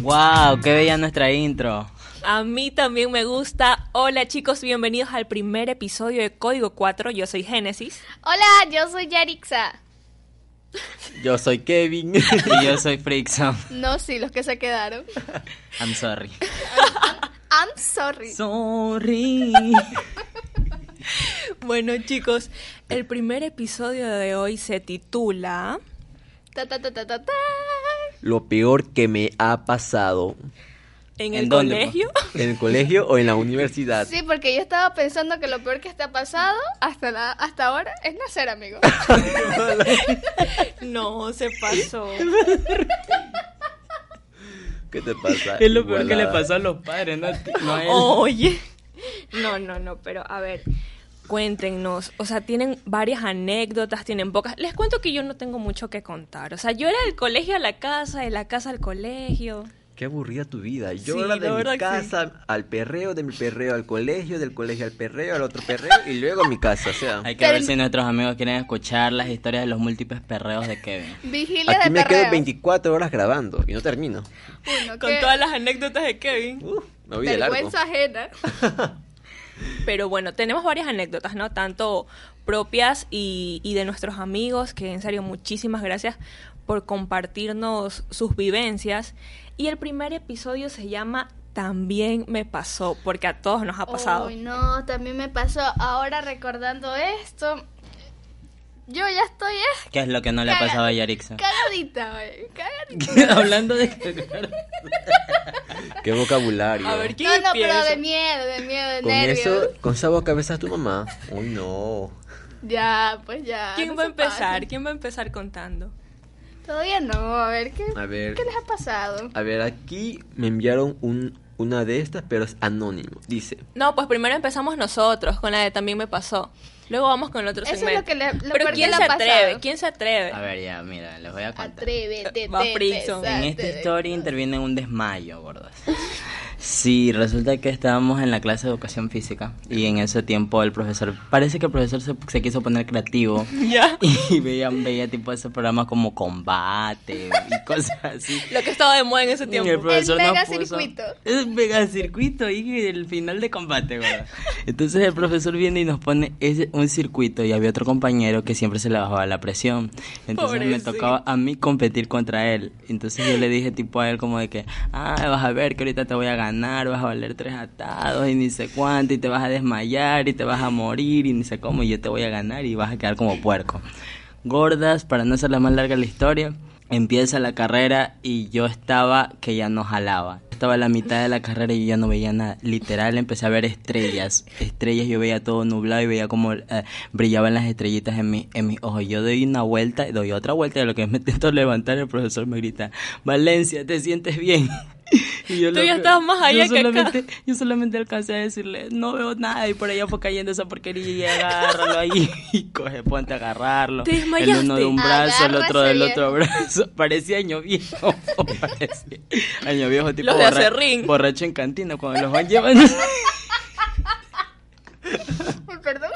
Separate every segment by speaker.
Speaker 1: ¡Wow! ¡Qué bella nuestra intro!
Speaker 2: A mí también me gusta. Hola chicos, bienvenidos al primer episodio de Código 4. Yo soy Génesis.
Speaker 3: Hola, yo soy Yarixa.
Speaker 4: Yo soy Kevin.
Speaker 1: Y yo soy Frickson.
Speaker 3: No, sí, los que se quedaron.
Speaker 1: I'm sorry.
Speaker 3: I'm sorry.
Speaker 1: Sorry.
Speaker 2: Bueno chicos, el primer episodio de hoy se titula...
Speaker 3: Ta, ta, ta, ta, ta, ta.
Speaker 4: Lo peor que me ha pasado.
Speaker 2: ¿En
Speaker 1: ¿En
Speaker 2: el
Speaker 1: dónde,
Speaker 2: colegio?
Speaker 4: ¿En el colegio o en la universidad?
Speaker 3: Sí, porque yo estaba pensando que lo peor que está pasado hasta la- hasta ahora es nacer, amigo.
Speaker 2: No, se pasó.
Speaker 4: ¿Qué te pasa?
Speaker 1: Es lo peor que le
Speaker 4: Igualada.
Speaker 1: pasó a los padres, no, no a él.
Speaker 2: Oye. No, no, no, pero a ver, cuéntenos. O sea, tienen varias anécdotas, tienen pocas. Les cuento que yo no tengo mucho que contar. O sea, yo era del colegio a la casa, de la casa al colegio.
Speaker 4: Qué aburrida tu vida. Yo
Speaker 2: Sí,
Speaker 4: era de
Speaker 2: la verdad
Speaker 4: mi
Speaker 2: que
Speaker 4: casa al perreo, de mi perreo al colegio, del colegio al perreo, al otro perreo y luego a mi casa. O sea,
Speaker 1: Hay que ver si nuestros amigos quieren escuchar las historias de los múltiples perreos de Kevin.
Speaker 3: Vigilia
Speaker 4: aquí
Speaker 3: de
Speaker 4: me quedo
Speaker 3: perreo.
Speaker 4: 24 horas grabando y no termino.
Speaker 3: Uno,
Speaker 2: Con
Speaker 3: qué
Speaker 2: todas las anécdotas de Kevin.
Speaker 4: Uh, me voy de largo.
Speaker 3: vergüenza ajena.
Speaker 2: Pero bueno, tenemos varias anécdotas, ¿no? Tanto propias y, y de nuestros amigos, que en serio muchísimas gracias por compartirnos sus vivencias. Y el primer episodio se llama También me pasó, porque a todos nos ha pasado.
Speaker 3: Uy, no, también me pasó ahora recordando esto. Yo ya estoy eh,
Speaker 1: ¿Qué es lo que no le ha
Speaker 3: Caga-
Speaker 1: pasado a Yarixa?
Speaker 3: cagadita, güey, cagadita.
Speaker 1: Hablando de...
Speaker 4: Qué vocabulario.
Speaker 2: A ver, ¿quién
Speaker 3: No, no,
Speaker 2: empieza?
Speaker 3: pero de miedo, de miedo, de
Speaker 4: con
Speaker 3: nervios.
Speaker 4: eso, con esa boca besas a tu mamá. Uy, no.
Speaker 3: Ya, pues ya. no
Speaker 2: ¿Quién va a
Speaker 3: se pasen.
Speaker 2: empezar? ¿Quién va a empezar contando?
Speaker 3: Todavía no, a ver qué,
Speaker 4: A ver. Ah,
Speaker 3: qué les ha pasado.
Speaker 4: A ver, aquí me enviaron un- una de estas, pero es anónimo. Dice,
Speaker 2: No, pues primero empezamos nosotros con la de También me pasó. Luego vamos con el otro
Speaker 3: Eso es lo
Speaker 2: segmento.
Speaker 3: que le- lo peor
Speaker 2: pero
Speaker 3: que
Speaker 2: ¿quién
Speaker 3: le
Speaker 2: se
Speaker 3: ha
Speaker 2: atreve?
Speaker 3: pasado.
Speaker 2: ¿Quién se atreve?
Speaker 1: A ver, ya, mira, les voy a contar.
Speaker 3: Atrévete,
Speaker 2: Va este
Speaker 3: te
Speaker 2: Frickson.
Speaker 3: te-
Speaker 1: En
Speaker 3: te-
Speaker 1: esta
Speaker 3: te-
Speaker 1: historia interviene un desmayo, gordos. Sí, resulta que estábamos en la clase de educación física y en ese tiempo el profesor, parece que el profesor se, se quiso poner creativo
Speaker 2: Ya.
Speaker 1: y veía, veía tipo ese programa como combate y cosas así.
Speaker 2: Lo que estaba de moda en ese
Speaker 1: Y
Speaker 2: tiempo.
Speaker 1: el profesor
Speaker 3: El
Speaker 1: nos puso-
Speaker 3: megacircuito.
Speaker 1: Es un megacircuito y el final de combate, gordo. Entonces el profesor viene y nos pone ese, un circuito y había otro compañero que siempre se le bajaba la presión. Entonces
Speaker 2: Pobrecito.
Speaker 1: me tocaba a mí competir contra él. Entonces yo le dije tipo a él como de que, ah, vas a ver que ahorita te voy a ganar, vas a valer tres atados y ni sé cuánto y te vas a desmayar y te vas a morir y ni sé cómo y yo te voy a ganar y vas a quedar como puerco gordas, para no hacerla más larga la historia. Empieza la carrera y yo estaba que ya no jalaba. Estaba a la mitad de la carrera y yo ya no veía nada. Literal empecé a ver estrellas. Estrellas, yo veía todo nublado y veía como eh, brillaban las estrellitas en, mi, en mis ojos. Yo doy una vuelta, doy otra vuelta y lo que me intento levantar el profesor me grita, Valencia, ¿te sientes bien? Y yo
Speaker 2: Tú
Speaker 1: lo
Speaker 2: ya
Speaker 1: que-
Speaker 2: estabas más
Speaker 1: yo
Speaker 2: allá que acá.
Speaker 1: solamente- yo solamente alcancé a decirle, no veo nada, y por allá fue cayendo esa porquería, y agárralo ahí, y coge, ponte a agarrarlo.
Speaker 2: Te
Speaker 1: El uno de un brazo, el otro del
Speaker 3: Agárrase
Speaker 1: otro brazo. Parecía año viejo, parecía año viejo, tipo
Speaker 2: Los de
Speaker 1: borra-
Speaker 2: acerrín.
Speaker 1: borracho en cantina, cuando los van llevando.
Speaker 3: Uy, Oh, Perdón.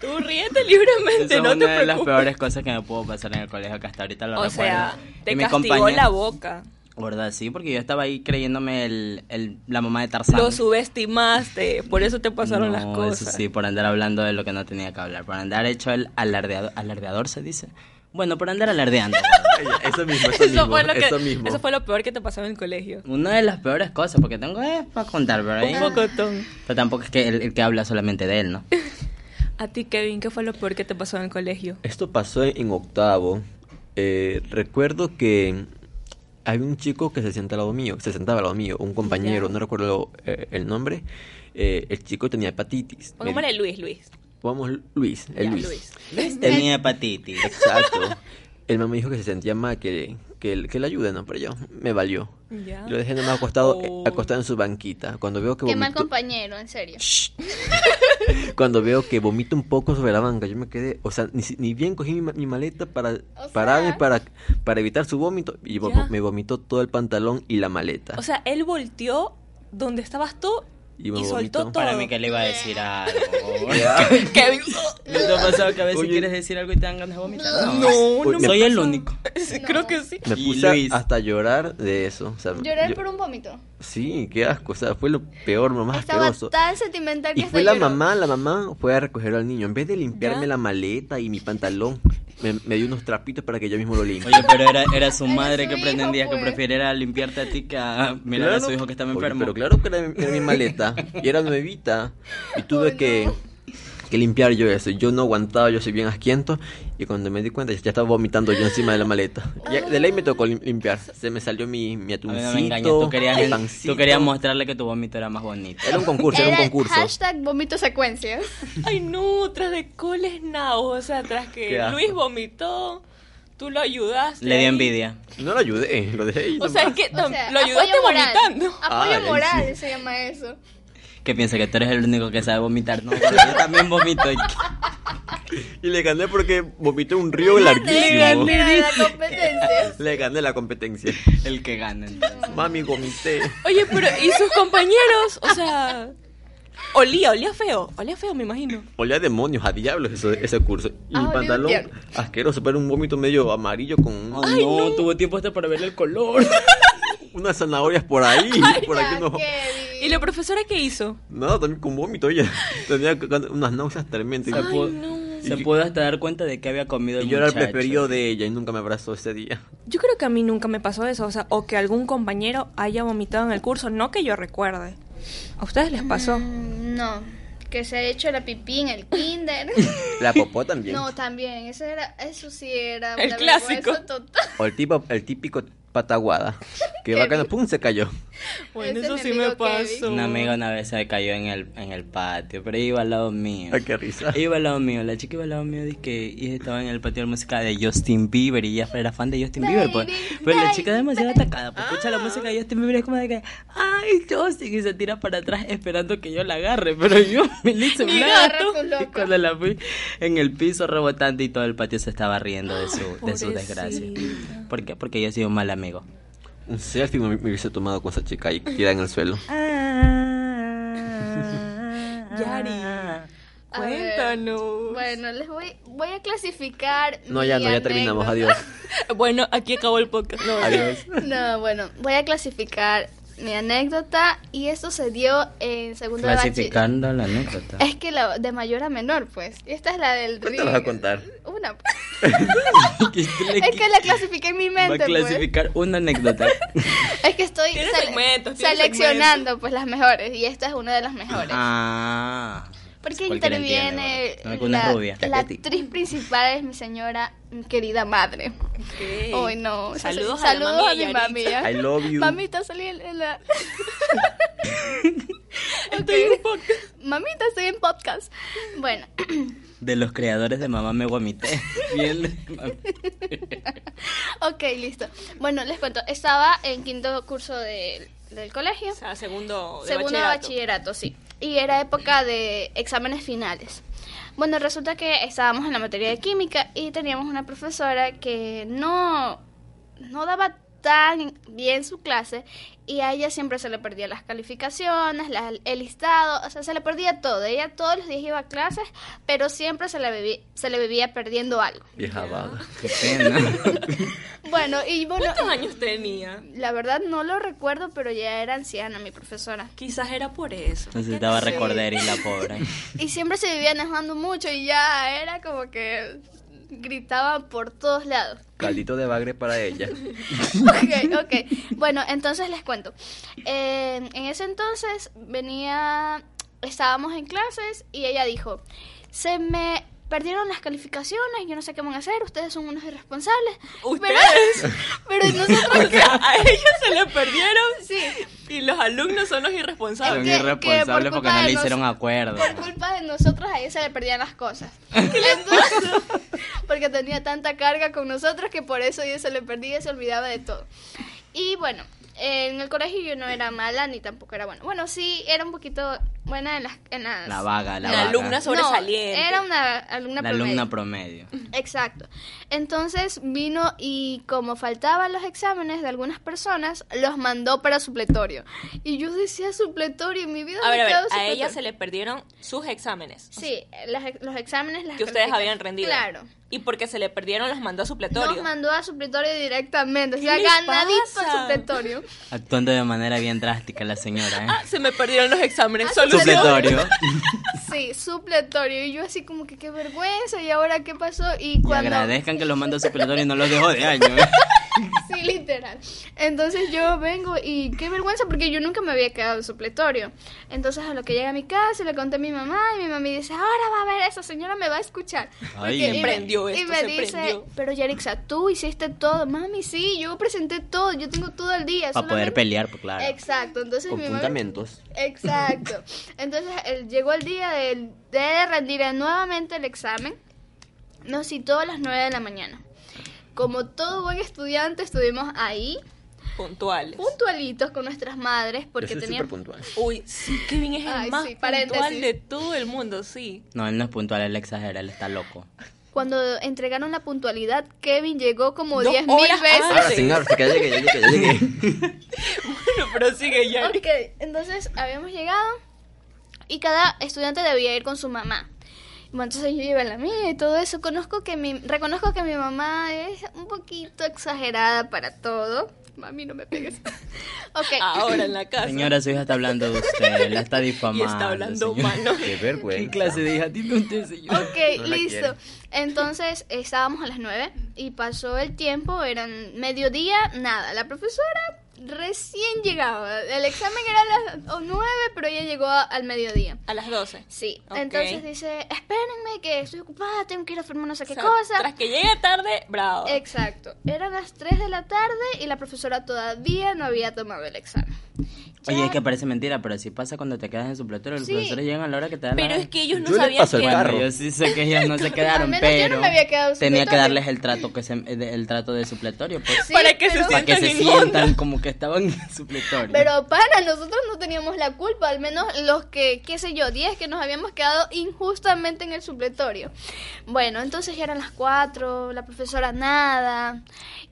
Speaker 2: Tú ríete
Speaker 1: Esa
Speaker 2: libremente,
Speaker 1: es
Speaker 2: no
Speaker 1: una
Speaker 2: te
Speaker 1: de las
Speaker 2: preocupes.
Speaker 1: peores cosas que me pudo pasar en el colegio, que hasta ahorita lo
Speaker 2: O
Speaker 1: recuerdo.
Speaker 2: sea, te
Speaker 1: Y mi
Speaker 2: castigó
Speaker 1: compañero-
Speaker 2: la boca.
Speaker 1: Gorda, sí, porque yo estaba ahí creyéndome el, el- la mamá de Tarzán.
Speaker 2: Lo subestimaste, por eso te pasaron
Speaker 1: No,
Speaker 2: las cosas.
Speaker 1: Eso sí, por andar hablando de lo que no tenía que hablar, por andar hecho el alardeador, alardeador se dice. Bueno, por andar alardeando.
Speaker 4: Ay, eso mismo, eso,
Speaker 2: Eso,
Speaker 4: mismo,
Speaker 2: fue lo que,
Speaker 4: eso mismo.
Speaker 2: eso fue lo peor que te pasó en el colegio.
Speaker 1: Una de las peores cosas, porque tengo es para contar, pero, ahí-
Speaker 2: Un pocotón.
Speaker 1: pero tampoco es que el, el que habla solamente de él, ¿no?
Speaker 2: A ti, Kevin, ¿qué fue lo peor que te pasó en el colegio?
Speaker 4: Esto pasó en octavo. Eh, recuerdo que había un chico que se sienta al lado mío, se sentaba al lado mío, un compañero, no recuerdo eh, el nombre. Eh, el chico tenía hepatitis. Me-
Speaker 2: Pongámosle Luis, Luis.
Speaker 4: Pongamos Luis, el
Speaker 2: Ya,
Speaker 4: Luis.
Speaker 2: Luis.
Speaker 1: Tenía hepatitis.
Speaker 4: Exacto. El mamá me dijo que se sentía mal, que, que, que le ayude, ¿no? Pero yo, me valió.
Speaker 2: Ya.
Speaker 4: Lo dejé nomás acostado, eh,
Speaker 2: Oh.
Speaker 4: acostado en su banquita. Cuando veo que
Speaker 3: Qué mal
Speaker 4: vomitó-
Speaker 3: compañero, en serio.
Speaker 4: Cuando veo que vomito un poco sobre la banca, yo me quedé, o sea, ni, si- ni bien cogí mi, ma- mi maleta para
Speaker 3: O
Speaker 4: pararme,
Speaker 3: sea.
Speaker 4: para, para evitar su vómito, y vo-
Speaker 2: Ya.
Speaker 4: me vomitó todo el pantalón y la maleta.
Speaker 2: O sea, él volteó donde estabas tú
Speaker 4: Y
Speaker 2: y,
Speaker 4: me
Speaker 2: soltó
Speaker 4: vomitó.
Speaker 2: todo.
Speaker 1: Para mí que le iba a decir algo.
Speaker 2: Kevin.
Speaker 1: ¿No te ha pasado que a veces
Speaker 4: Oye.
Speaker 1: quieres decir algo y te dan ganas de vomitar?
Speaker 2: No,
Speaker 4: Uy,
Speaker 2: no.
Speaker 4: me-
Speaker 1: Soy el único.
Speaker 2: Sí, Creo que sí.
Speaker 4: me
Speaker 1: y
Speaker 4: puse
Speaker 1: Luis.
Speaker 4: hasta a llorar de eso. o sea,
Speaker 3: Llorar
Speaker 4: yo-
Speaker 3: por un vómito.
Speaker 4: Sí, qué asco, o sea, fue lo peor, lo más
Speaker 3: Estaba
Speaker 4: asqueroso.
Speaker 3: tan sentimental que
Speaker 4: Y
Speaker 3: hasta
Speaker 4: fue la
Speaker 3: lloró.
Speaker 4: mamá, la mamá fue a recoger al niño. En vez de limpiarme
Speaker 2: Ya.
Speaker 4: la maleta y mi pantalón, me, me dio unos trapitos para que yo mismo lo limpie.
Speaker 1: Oye, pero era, era su
Speaker 3: Era
Speaker 1: madre
Speaker 3: su
Speaker 1: que
Speaker 3: hijo,
Speaker 1: pretendía que
Speaker 3: pues.
Speaker 1: prefiriera limpiarte a ti que a mirar a
Speaker 4: Claro.
Speaker 1: su hijo que estaba
Speaker 4: Oye,
Speaker 1: enfermo.
Speaker 4: pero claro que era, mi- era mi maleta y era nuevita. Y tuve que, que limpiar yo eso. Yo no aguantaba, yo soy bien asquiento. Y cuando me di cuenta, ya estaba vomitando yo encima de la maleta. Ya, de ley me tocó lim- limpiar. Se me salió mi, mi
Speaker 1: A mí no me engañes,
Speaker 4: atuncito,
Speaker 1: tú querías,
Speaker 4: mi
Speaker 1: tú
Speaker 4: pancito.
Speaker 1: querías mostrarle que tu vómito era más bonito.
Speaker 4: Era un concurso, era un
Speaker 3: Era
Speaker 4: concurso.
Speaker 3: Hashtag vómito secuencias.
Speaker 2: Ay, no, tras de coles now. O sea, tras
Speaker 4: Qué
Speaker 2: que
Speaker 4: asco.
Speaker 2: Luis vomitó, tú lo ayudaste.
Speaker 1: Le
Speaker 2: ahí.
Speaker 1: dio envidia.
Speaker 4: No lo ayudé, lo dejé ahí
Speaker 2: O sea, es
Speaker 4: nomás.
Speaker 2: que
Speaker 3: O
Speaker 2: no,
Speaker 3: sea,
Speaker 2: lo ayudaste
Speaker 3: apoyo moral.
Speaker 2: vomitando.
Speaker 3: Apoyo
Speaker 4: Ah,
Speaker 3: moral
Speaker 4: sí.
Speaker 3: se llama eso.
Speaker 1: Que piensa que tú eres el único que sabe vomitar. No, pero yo también vomito.
Speaker 4: Y le gané porque vomité un río larguísimo.
Speaker 3: Le gané la competencia.
Speaker 4: Le gané la competencia.
Speaker 1: El que gana, entonces.
Speaker 4: Mami, vomité.
Speaker 2: Oye, pero ¿y sus compañeros? O sea, olía, olía feo. Olía feo, me imagino.
Speaker 4: Olía a demonios, a diablos eso- ese curso. Y
Speaker 3: Ah,
Speaker 4: mi
Speaker 3: olía
Speaker 4: pantalón
Speaker 3: a diablo.
Speaker 4: asqueroso, pero un vómito medio amarillo con un-
Speaker 1: Oh, no, tuvo tiempo hasta para ver el color.
Speaker 4: unas zanahorias por ahí. por aquí
Speaker 3: Ya,
Speaker 4: no.
Speaker 3: Kevin.
Speaker 2: ¿Y la profesora qué hizo?
Speaker 4: No, también con vómito ella. Tenía c- unas náuseas tremendas.
Speaker 1: Se
Speaker 4: Y-
Speaker 1: pudo, se
Speaker 4: Y-
Speaker 1: pudo hasta dar cuenta de que había comido el
Speaker 4: Y yo era el
Speaker 1: muchacho.
Speaker 4: preferido de ella y nunca me abrazó ese día.
Speaker 2: Yo creo que a mí nunca me pasó eso, o sea, o que algún compañero haya vomitado en el curso, no que yo recuerde. ¿A ustedes les pasó?
Speaker 3: Mm, No, que se ha hecho la pipí en el kinder.
Speaker 4: La popó también.
Speaker 3: no, también, eso era, eso sí era
Speaker 2: El
Speaker 3: una
Speaker 2: clásico.
Speaker 3: vergüenza total.
Speaker 4: O el, tipo, el típico pataguada. Que bacano, pum, se cayó.
Speaker 2: Bueno,
Speaker 3: Ese
Speaker 2: eso
Speaker 3: es mi
Speaker 2: sí me
Speaker 3: amigo Kevin.
Speaker 2: pasó.
Speaker 1: Un amigo una vez se cayó en el, en el patio, pero iba al lado mío.
Speaker 4: Ay, qué risa.
Speaker 1: Iba al lado mío, la chica iba al lado mío dizque, y estaba en el patio de música de Justin Bieber y ella era fan de Justin Bieber. Pues,
Speaker 3: Baby,
Speaker 1: pero la
Speaker 3: baby,
Speaker 1: chica es demasiado atacada, pues, escucha la música de Justin Bieber y es como de que, ay, Justin, y se tira para atrás esperando que yo la agarre, pero yo me le hice
Speaker 3: Ni
Speaker 1: un
Speaker 3: agarra,
Speaker 1: lato,
Speaker 3: pues,
Speaker 1: y
Speaker 3: loca.
Speaker 1: cuando la fui en el piso rebotando y todo el patio se estaba riendo de su, de su
Speaker 2: Pobrecita.
Speaker 1: desgracia. ¿Por qué? Porque yo soy un mal amigo.
Speaker 4: Un selfie me, me hubiese tomado con esa chica y tirada en el suelo.
Speaker 2: Yari,
Speaker 3: A ver,
Speaker 2: cuéntanos.
Speaker 3: Bueno, les voy, voy a clasificar.
Speaker 4: No,
Speaker 3: mi
Speaker 4: ya no, ya terminamos.
Speaker 3: anécdota.
Speaker 4: Adiós.
Speaker 2: Bueno, aquí acabó el podcast. No,
Speaker 4: Adiós.
Speaker 3: No, bueno, voy a clasificar mi anécdota y esto se dio en segundo de bachiller.
Speaker 1: Clasificando la anécdota.
Speaker 3: Es que la de mayor a menor, pues. Y esta es la del
Speaker 4: ¿Cuánto vas a contar?
Speaker 3: Una. pues.
Speaker 1: Que tú le
Speaker 3: es que la clasifiqué en mi
Speaker 1: Va a
Speaker 3: mente, pues.
Speaker 1: clasificar una anécdota.
Speaker 3: Es que estoy
Speaker 2: Tiene
Speaker 3: sele-
Speaker 2: segmentos, tiene
Speaker 3: seleccionando pues las mejores y esta es una de las mejores.
Speaker 1: ah.
Speaker 3: porque
Speaker 1: cualquiera
Speaker 3: interviene
Speaker 1: entiende, ¿verdad? Una
Speaker 3: la,
Speaker 1: rubia.
Speaker 3: la actriz principal es mi señora mi querida madre. Ay no. O sea,
Speaker 2: Eh, Saludos,
Speaker 3: saludos
Speaker 2: a,
Speaker 3: a, mi mami.
Speaker 4: I love you.
Speaker 3: Mamita salí en, en la
Speaker 2: Estoy en un podcast.
Speaker 3: Mamita estoy en podcast. Bueno,
Speaker 1: De los creadores de Mamá Me Guamité. Bien. de-
Speaker 3: ok, listo. Bueno, les cuento, estaba en quinto curso de- del colegio.
Speaker 2: O sea, segundo de
Speaker 3: Segundo de
Speaker 2: bachillerato.
Speaker 3: bachillerato, sí. Y era época de exámenes finales. Bueno, resulta que estábamos en la materia de química y teníamos una profesora que no, no daba tan bien su clase y a ella siempre se le perdía las calificaciones, la- el listado, o sea, se le perdía todo. Ella todos los días iba a clases, pero siempre se le, vivi- se le vivía perdiendo algo.
Speaker 4: Vieja vaga.
Speaker 1: Qué pena.
Speaker 3: Bueno, y bueno,
Speaker 2: ¿Cuántos años tenía?
Speaker 3: la verdad no lo recuerdo, pero ya era anciana mi profesora.
Speaker 2: Quizás era por eso.
Speaker 1: Necesitaba
Speaker 3: Sí.
Speaker 1: recordar y la pobre.
Speaker 3: Y siempre se vivía enojando mucho y ya era como que gritaban por todos lados.
Speaker 4: Caldito de bagre para ella.
Speaker 3: Ok, ok. Bueno, entonces les cuento. Eh, en ese entonces venía, estábamos en clases y ella dijo, se me perdieron las calificaciones, yo no sé qué van a hacer, ustedes son unos irresponsables.
Speaker 2: Ustedes.
Speaker 3: Pero, pero nosotros
Speaker 2: Porque a ellos se le perdieron
Speaker 3: sí,
Speaker 2: y los alumnos son los
Speaker 1: Son
Speaker 3: Es
Speaker 2: irresponsables.
Speaker 3: que-
Speaker 1: irresponsables
Speaker 3: que por
Speaker 1: porque
Speaker 3: culpa
Speaker 1: no le
Speaker 3: de
Speaker 1: hicieron
Speaker 3: los-
Speaker 1: acuerdo.
Speaker 3: por culpa de nosotros a ellos se le perdían las cosas. Entonces, porque tenía tanta carga con nosotros que por eso ellos se le perdía y se olvidaba de todo. Y bueno, eh, en el colegio yo no era mala ni tampoco era buena. Bueno, sí, era un poquito buena en las... En las
Speaker 1: La vaga, la,
Speaker 2: La
Speaker 1: vaga.
Speaker 2: alumna
Speaker 3: No,
Speaker 2: sobresaliente.
Speaker 3: era una alumna
Speaker 1: La
Speaker 3: promedio.
Speaker 1: alumna promedio.
Speaker 3: Exacto. Entonces vino y como faltaban los exámenes de algunas personas, los mandó para supletorio. Y yo decía supletorio, en mi vida
Speaker 2: A ver, a ver,
Speaker 3: había estado
Speaker 2: a ella se
Speaker 3: supletorio.
Speaker 2: le perdieron sus exámenes
Speaker 3: Sí, las ex- los exámenes las
Speaker 2: que ustedes
Speaker 3: califica-
Speaker 2: habían rendido.
Speaker 3: Claro.
Speaker 2: Y porque se le perdieron, los mandó a
Speaker 3: Nos
Speaker 2: supletorio.
Speaker 3: mandó a supletorio directamente, o
Speaker 2: ¿Qué
Speaker 3: sea,
Speaker 2: les
Speaker 3: ganadito
Speaker 2: pasa?
Speaker 3: a supletorio.
Speaker 1: Actuando de manera bien drástica la señora, ¿eh?
Speaker 2: Ah, se me perdieron los exámenes.
Speaker 3: Ah,
Speaker 2: Solución.
Speaker 1: Supletorio.
Speaker 3: Sí, supletorio. Y yo así como que qué vergüenza, ¿y ahora qué pasó? Y
Speaker 1: Y
Speaker 3: cuando...
Speaker 1: agradezcan que los mandó a supletorio y no los dejó de año, ¿eh?
Speaker 3: Sí, literal. Entonces yo vengo y qué vergüenza porque yo nunca me había quedado en supletorio. Entonces a lo que llega a mi casa le conté a mi mamá y mi mami dice, ahora va a ver, esa señora me va a escuchar.
Speaker 1: Ay.
Speaker 3: Porque-
Speaker 1: Se
Speaker 3: y
Speaker 2: prendió
Speaker 3: me, y
Speaker 2: esto,
Speaker 3: me
Speaker 2: se
Speaker 3: dice,
Speaker 2: prendió.
Speaker 3: pero Yarixa, tú hiciste todo. Mami, sí, yo presenté todo, yo tengo todo el día.
Speaker 1: Para poder
Speaker 3: solamente-
Speaker 1: pelear, pues claro.
Speaker 3: Exacto,
Speaker 2: Este
Speaker 3: entonces
Speaker 4: Con
Speaker 3: mi mamá...
Speaker 4: fundamentos.
Speaker 3: Exacto. Entonces él llegó el día de, de rendir nuevamente el examen. Nos citó a las 9 de la mañana. Como todo buen estudiante, estuvimos ahí,
Speaker 2: Puntuales.
Speaker 3: puntualitos con nuestras madres, porque
Speaker 4: Yo soy
Speaker 3: tenían.
Speaker 4: súper puntual.
Speaker 2: Uy, sí, Kevin es el
Speaker 3: Ay,
Speaker 2: más
Speaker 3: sí,
Speaker 2: puntual
Speaker 3: paréntesis.
Speaker 2: de todo el mundo, sí.
Speaker 1: No, él no es puntual, él exagera, él está loco.
Speaker 3: Cuando entregaron la puntualidad, Kevin llegó como
Speaker 2: Dos
Speaker 3: 10.000
Speaker 2: horas
Speaker 3: veces.
Speaker 2: antes.
Speaker 4: Ahora, señor, que ya llegué, ya llegué, ya llegué.
Speaker 2: Bueno, pero sigue ya.
Speaker 3: Ok, entonces habíamos llegado y cada estudiante debía ir con su mamá. Bueno, entonces yo llevé a la mía y todo eso. Conozco que mi, reconozco que mi mamá es un poquito exagerada para todo. Mami, no me pegues. ok.
Speaker 4: Ah,
Speaker 2: Ahora en la casa.
Speaker 1: Señora, su hija está hablando de usted, la está
Speaker 2: y
Speaker 1: difamando.
Speaker 2: está hablando
Speaker 1: señora.
Speaker 2: mal, ¿no?
Speaker 4: Qué pues. vergüenza.
Speaker 1: ¿Qué clase de hija tiene usted, señora?
Speaker 3: Ok,
Speaker 4: No la
Speaker 3: listo.
Speaker 4: quiero.
Speaker 3: Entonces estábamos a las 9 y pasó el tiempo, eran mediodía, nada. La profesora recién llegaba. El examen era a las 9, pero ella llegó a- al mediodía.
Speaker 2: A las 12.
Speaker 3: Sí,
Speaker 2: Ok.
Speaker 3: entonces dice, espérenme que estoy ocupada, tengo que ir a firmar no sé qué
Speaker 2: O sea,
Speaker 3: cosa.
Speaker 2: Tras que llegue tarde, bravo.
Speaker 3: Exacto. Eran las 3 de la tarde y la profesora todavía no había tomado el examen.
Speaker 1: Oye,
Speaker 3: Ya-
Speaker 1: es que parece mentira, pero si pasa cuando te quedas en supletorio, los
Speaker 3: Sí.
Speaker 1: profesores llegan a la hora que te dan
Speaker 2: Pero es que ellos no
Speaker 4: Yo le
Speaker 2: sabían
Speaker 4: paso el
Speaker 2: que.
Speaker 4: carro.
Speaker 1: Bueno, yo sí sé que ellas no se
Speaker 3: Al
Speaker 1: quedaron,
Speaker 3: menos yo no
Speaker 1: pero
Speaker 3: me había quedado en
Speaker 1: tenía que
Speaker 3: supletorio.
Speaker 1: darles el trato que se, de- el trato de supletorio, pues,
Speaker 3: Sí,
Speaker 2: para que se
Speaker 3: pero-
Speaker 1: para que se
Speaker 2: sientan en onda.
Speaker 1: sientan como que estaban en supletorio.
Speaker 3: Pero para nosotros no teníamos la culpa, al menos los que, qué sé yo, 10 que nos habíamos quedado injustamente en el supletorio. Bueno, entonces ya eran las 4, la profesora nada.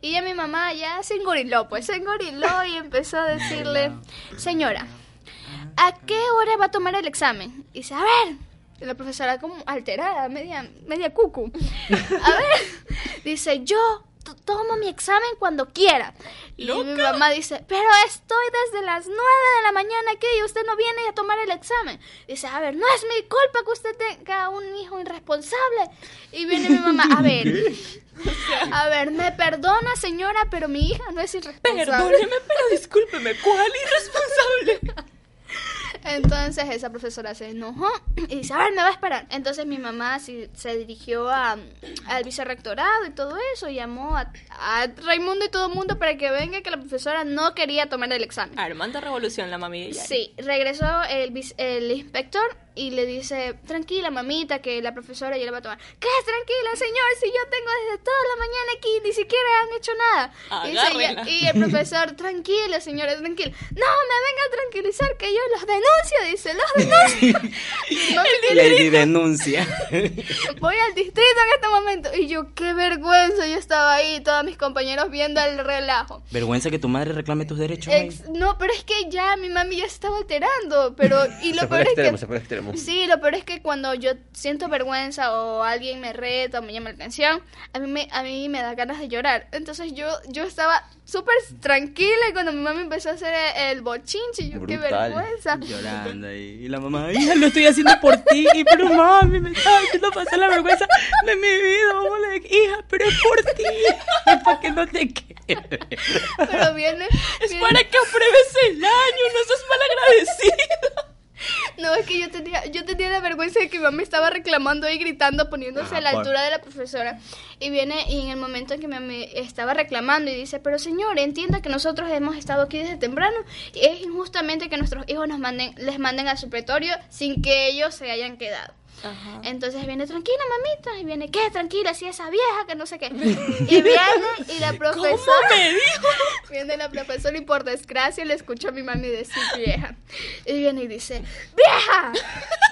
Speaker 3: Y ya mi mamá ya se engoriló, pues se engoriló y empezó a decirle, señora, ¿a qué hora va a tomar el examen? Y dice, a ver. Y La profesora como alterada, media, media cucu. A ver, dice, yo to- tomo mi examen cuando quiera. Y mi mamá dice, pero estoy desde las 9 de la mañana aquí y usted no viene a tomar el examen. Dice, a ver, no es mi culpa que usted tenga un hijo irresponsable. Y viene mi mamá, a ver, a ver, me perdona señora, pero mi hija no es irresponsable.
Speaker 2: Perdóneme, pero discúlpeme, ¿cuál irresponsable?
Speaker 3: Entonces esa profesora se enojó y dice, a ver, me va a esperar. Entonces mi mamá sí se dirigió a- al vicerrectorado y todo eso, llamó a, a Raimundo y todo el mundo para que venga que la profesora no quería tomar el examen.
Speaker 2: Armando Revolución, la mami de ella.
Speaker 3: Sí, regresó el, vis- el inspector y le dice, tranquila mamita, que la profesora ya la va a tomar. ¿Qué? Tranquila, señor, si yo tengo desde toda la mañana aquí, ni siquiera han hecho nada. Y, dice
Speaker 2: Agárrela.
Speaker 3: ella- y el profesor, tranquila, señora, tranquila. No, me venga a tranquilizar que yo los denuncio, dice, los denuncio. Mami,
Speaker 1: Lady denuncia.
Speaker 3: voy al distrito en este momento. Y yo, qué vergüenza, yo estaba ahí, todos mis compañeros viendo el relajo.
Speaker 1: Vergüenza que tu madre reclame tus derechos. ay.
Speaker 3: Ex- no, pero es que ya mi mami ya se estaba alterando, pero y lo
Speaker 4: Se fue
Speaker 3: peor
Speaker 4: al
Speaker 3: es
Speaker 4: extremo,
Speaker 3: que
Speaker 4: se fue al extremo.
Speaker 3: Sí, lo peor es que cuando yo siento vergüenza o alguien me reta o me llama la atención, a mí me, a mí me da ganas de llorar. Entonces yo, yo estaba súper tranquila y cuando mi mamá empezó a hacer el, el bochinche, yo qué
Speaker 4: Brutal.
Speaker 3: vergüenza.
Speaker 1: Llorando ahí. Y la mamá, hija, lo estoy haciendo por ti. Y pero mami, me está haciendo pasar la vergüenza de mi vida. Vamos, le- hija, pero es por ti. Es para que no te quede.
Speaker 3: Pero viene,
Speaker 2: Es
Speaker 3: viene-
Speaker 2: para que apruebes el año, no seas malagradecida.
Speaker 3: No, es que yo tenía, yo tenía la vergüenza dice que mi mamá estaba reclamando y gritando, poniéndose
Speaker 4: Ah,
Speaker 3: a la
Speaker 4: por-
Speaker 3: altura de la profesora. Y viene y en el momento en que mi mamá estaba reclamando y dice, pero señor, entienda que nosotros hemos estado aquí desde temprano y es injustamente que nuestros hijos nos manden, les manden al supletorio sin que ellos se hayan quedado.
Speaker 2: Ajá.
Speaker 3: Entonces viene tranquila, mamita, y viene, ¿qué? Tranquila, si esa vieja, que no sé qué. Y viene y la profesora...
Speaker 2: me dijo?
Speaker 3: Viene la profesora y por desgracia le escucho a mi mami decir vieja. Y viene y dice, vieja,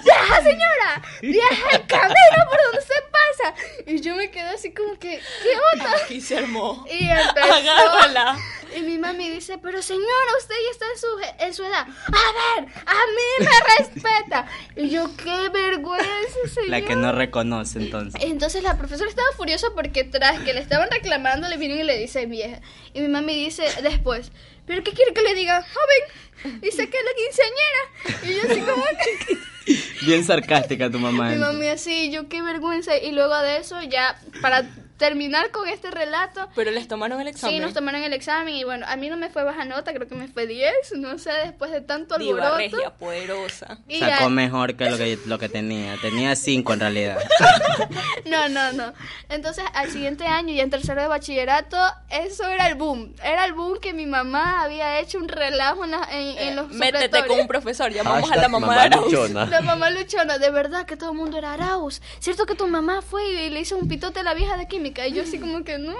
Speaker 3: vieja señora, vieja el camino por donde se pasa. Y yo me quedo así como que, ¿qué onda?
Speaker 2: Aquí se armó.
Speaker 3: Y empezó.
Speaker 2: Agárrala.
Speaker 3: Y mi mami dice, pero señora, usted ya está en su, en su edad. A ver, a mí me respeta. Y yo, qué vergüenza, señor.
Speaker 1: La que no reconoce entonces.
Speaker 3: Entonces la profesora estaba furiosa porque tras que le estaban reclamando le vienen y le dicen vieja. Y mi mami dice después, ¿pero qué quiere que le diga? Joven, dice que es la quinceañera. Y yo así como que...
Speaker 1: Bien sarcástica tu mamá.
Speaker 3: Mi
Speaker 1: entonces.
Speaker 3: mami así, yo qué vergüenza. Y luego de eso ya, para terminar con este relato,
Speaker 2: Pero les tomaron el examen.
Speaker 3: sí, nos tomaron el examen y bueno, a mí no me fue baja nota, creo que me fue 10, no sé, después de tanto
Speaker 2: Diva regia,
Speaker 3: alboroto.
Speaker 2: poderosa.
Speaker 3: Y
Speaker 1: Sacó
Speaker 3: ya-
Speaker 1: mejor que lo que lo que tenía. Tenía cinco en realidad.
Speaker 3: No, no, no. Entonces, al siguiente año, ya en tercero de bachillerato, eso era el boom. Era el boom que mi mamá había hecho un relajo en, la- en- en los
Speaker 2: Eh, métete con un
Speaker 3: supletorios.
Speaker 2: profesor. Llamamos a la
Speaker 4: Hashtag
Speaker 2: mamá,
Speaker 4: Ah, mamá
Speaker 2: de Arauz.
Speaker 4: luchona.
Speaker 3: La mamá luchona, de verdad que todo el mundo era Arauz. Cierto que tu mamá fue y le hizo un pitote a la vieja de química. Y yo así como que no.